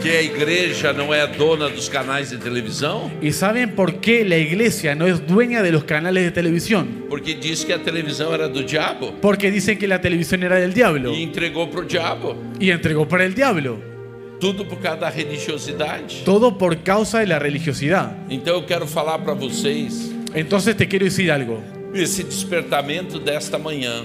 S3: que a igreja não é dona dos canais de televisão?
S4: ¿Y saben por qué la iglesia no es dueña de los canales de televisión?
S3: Porque diz que a televisão era do diabo.
S4: Porque dicen que la televisión era del diablo
S3: e entregou pro diabo.
S4: y entregó para el diablo.
S3: Tudo por causa da religiosidade.
S4: Todo por causa de la religiosidad.
S3: Então eu quero falar para vocês
S4: Entonces te quiero decir algo.
S3: esse despertamento desta manhã.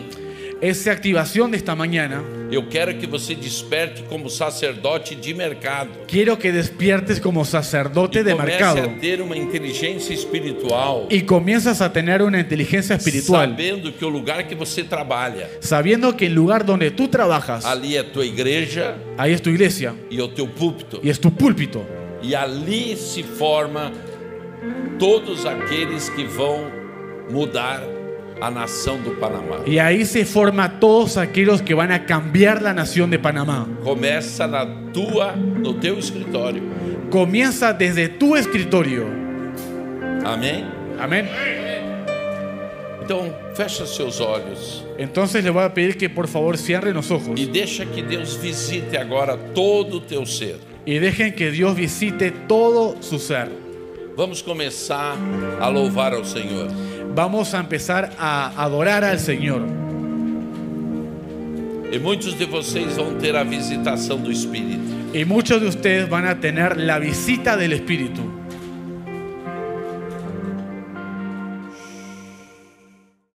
S4: Esa activación de esta mañana,
S3: Eu quero que você desperte como sacerdote de mercado.
S4: quiero que despiertes como sacerdote
S3: E
S4: de
S3: comece
S4: mercado
S3: a ter uma inteligência espiritual,
S4: y comienzas a tener una inteligencia espiritual,
S3: sabendo que o lugar que você trabalha,
S4: sabiendo que el lugar donde tú trabajas,
S3: ali é a tua igreja
S4: ahí es tu iglesia
S3: e é o teu púlpito.
S4: y es tu púlpito.
S3: E ali se forma todos aqueles que vão mudar a nação do Panamá.
S4: Y ahí se forma todos aquellos que van a cambiar la nación de Panamá.
S3: Começa na tua, no teu escritório.
S4: Comienza desde tu escritorio.
S3: Amém?
S4: Amén.
S3: Então, fecha seus olhos
S4: Entonces les voy a pedir que por favor cierren los ojos
S3: e deixa que Deus visite agora todo o teu ser.
S4: y dejen que Dios visite todo su ser.
S3: Vamos começar a louvar ao Senhor.
S4: Vamos a empezar a adorar al Señor.
S3: E muitos de vocês vão ter a visitação do Espírito.
S4: Y muchos de ustedes van a tener la visita del Espíritu.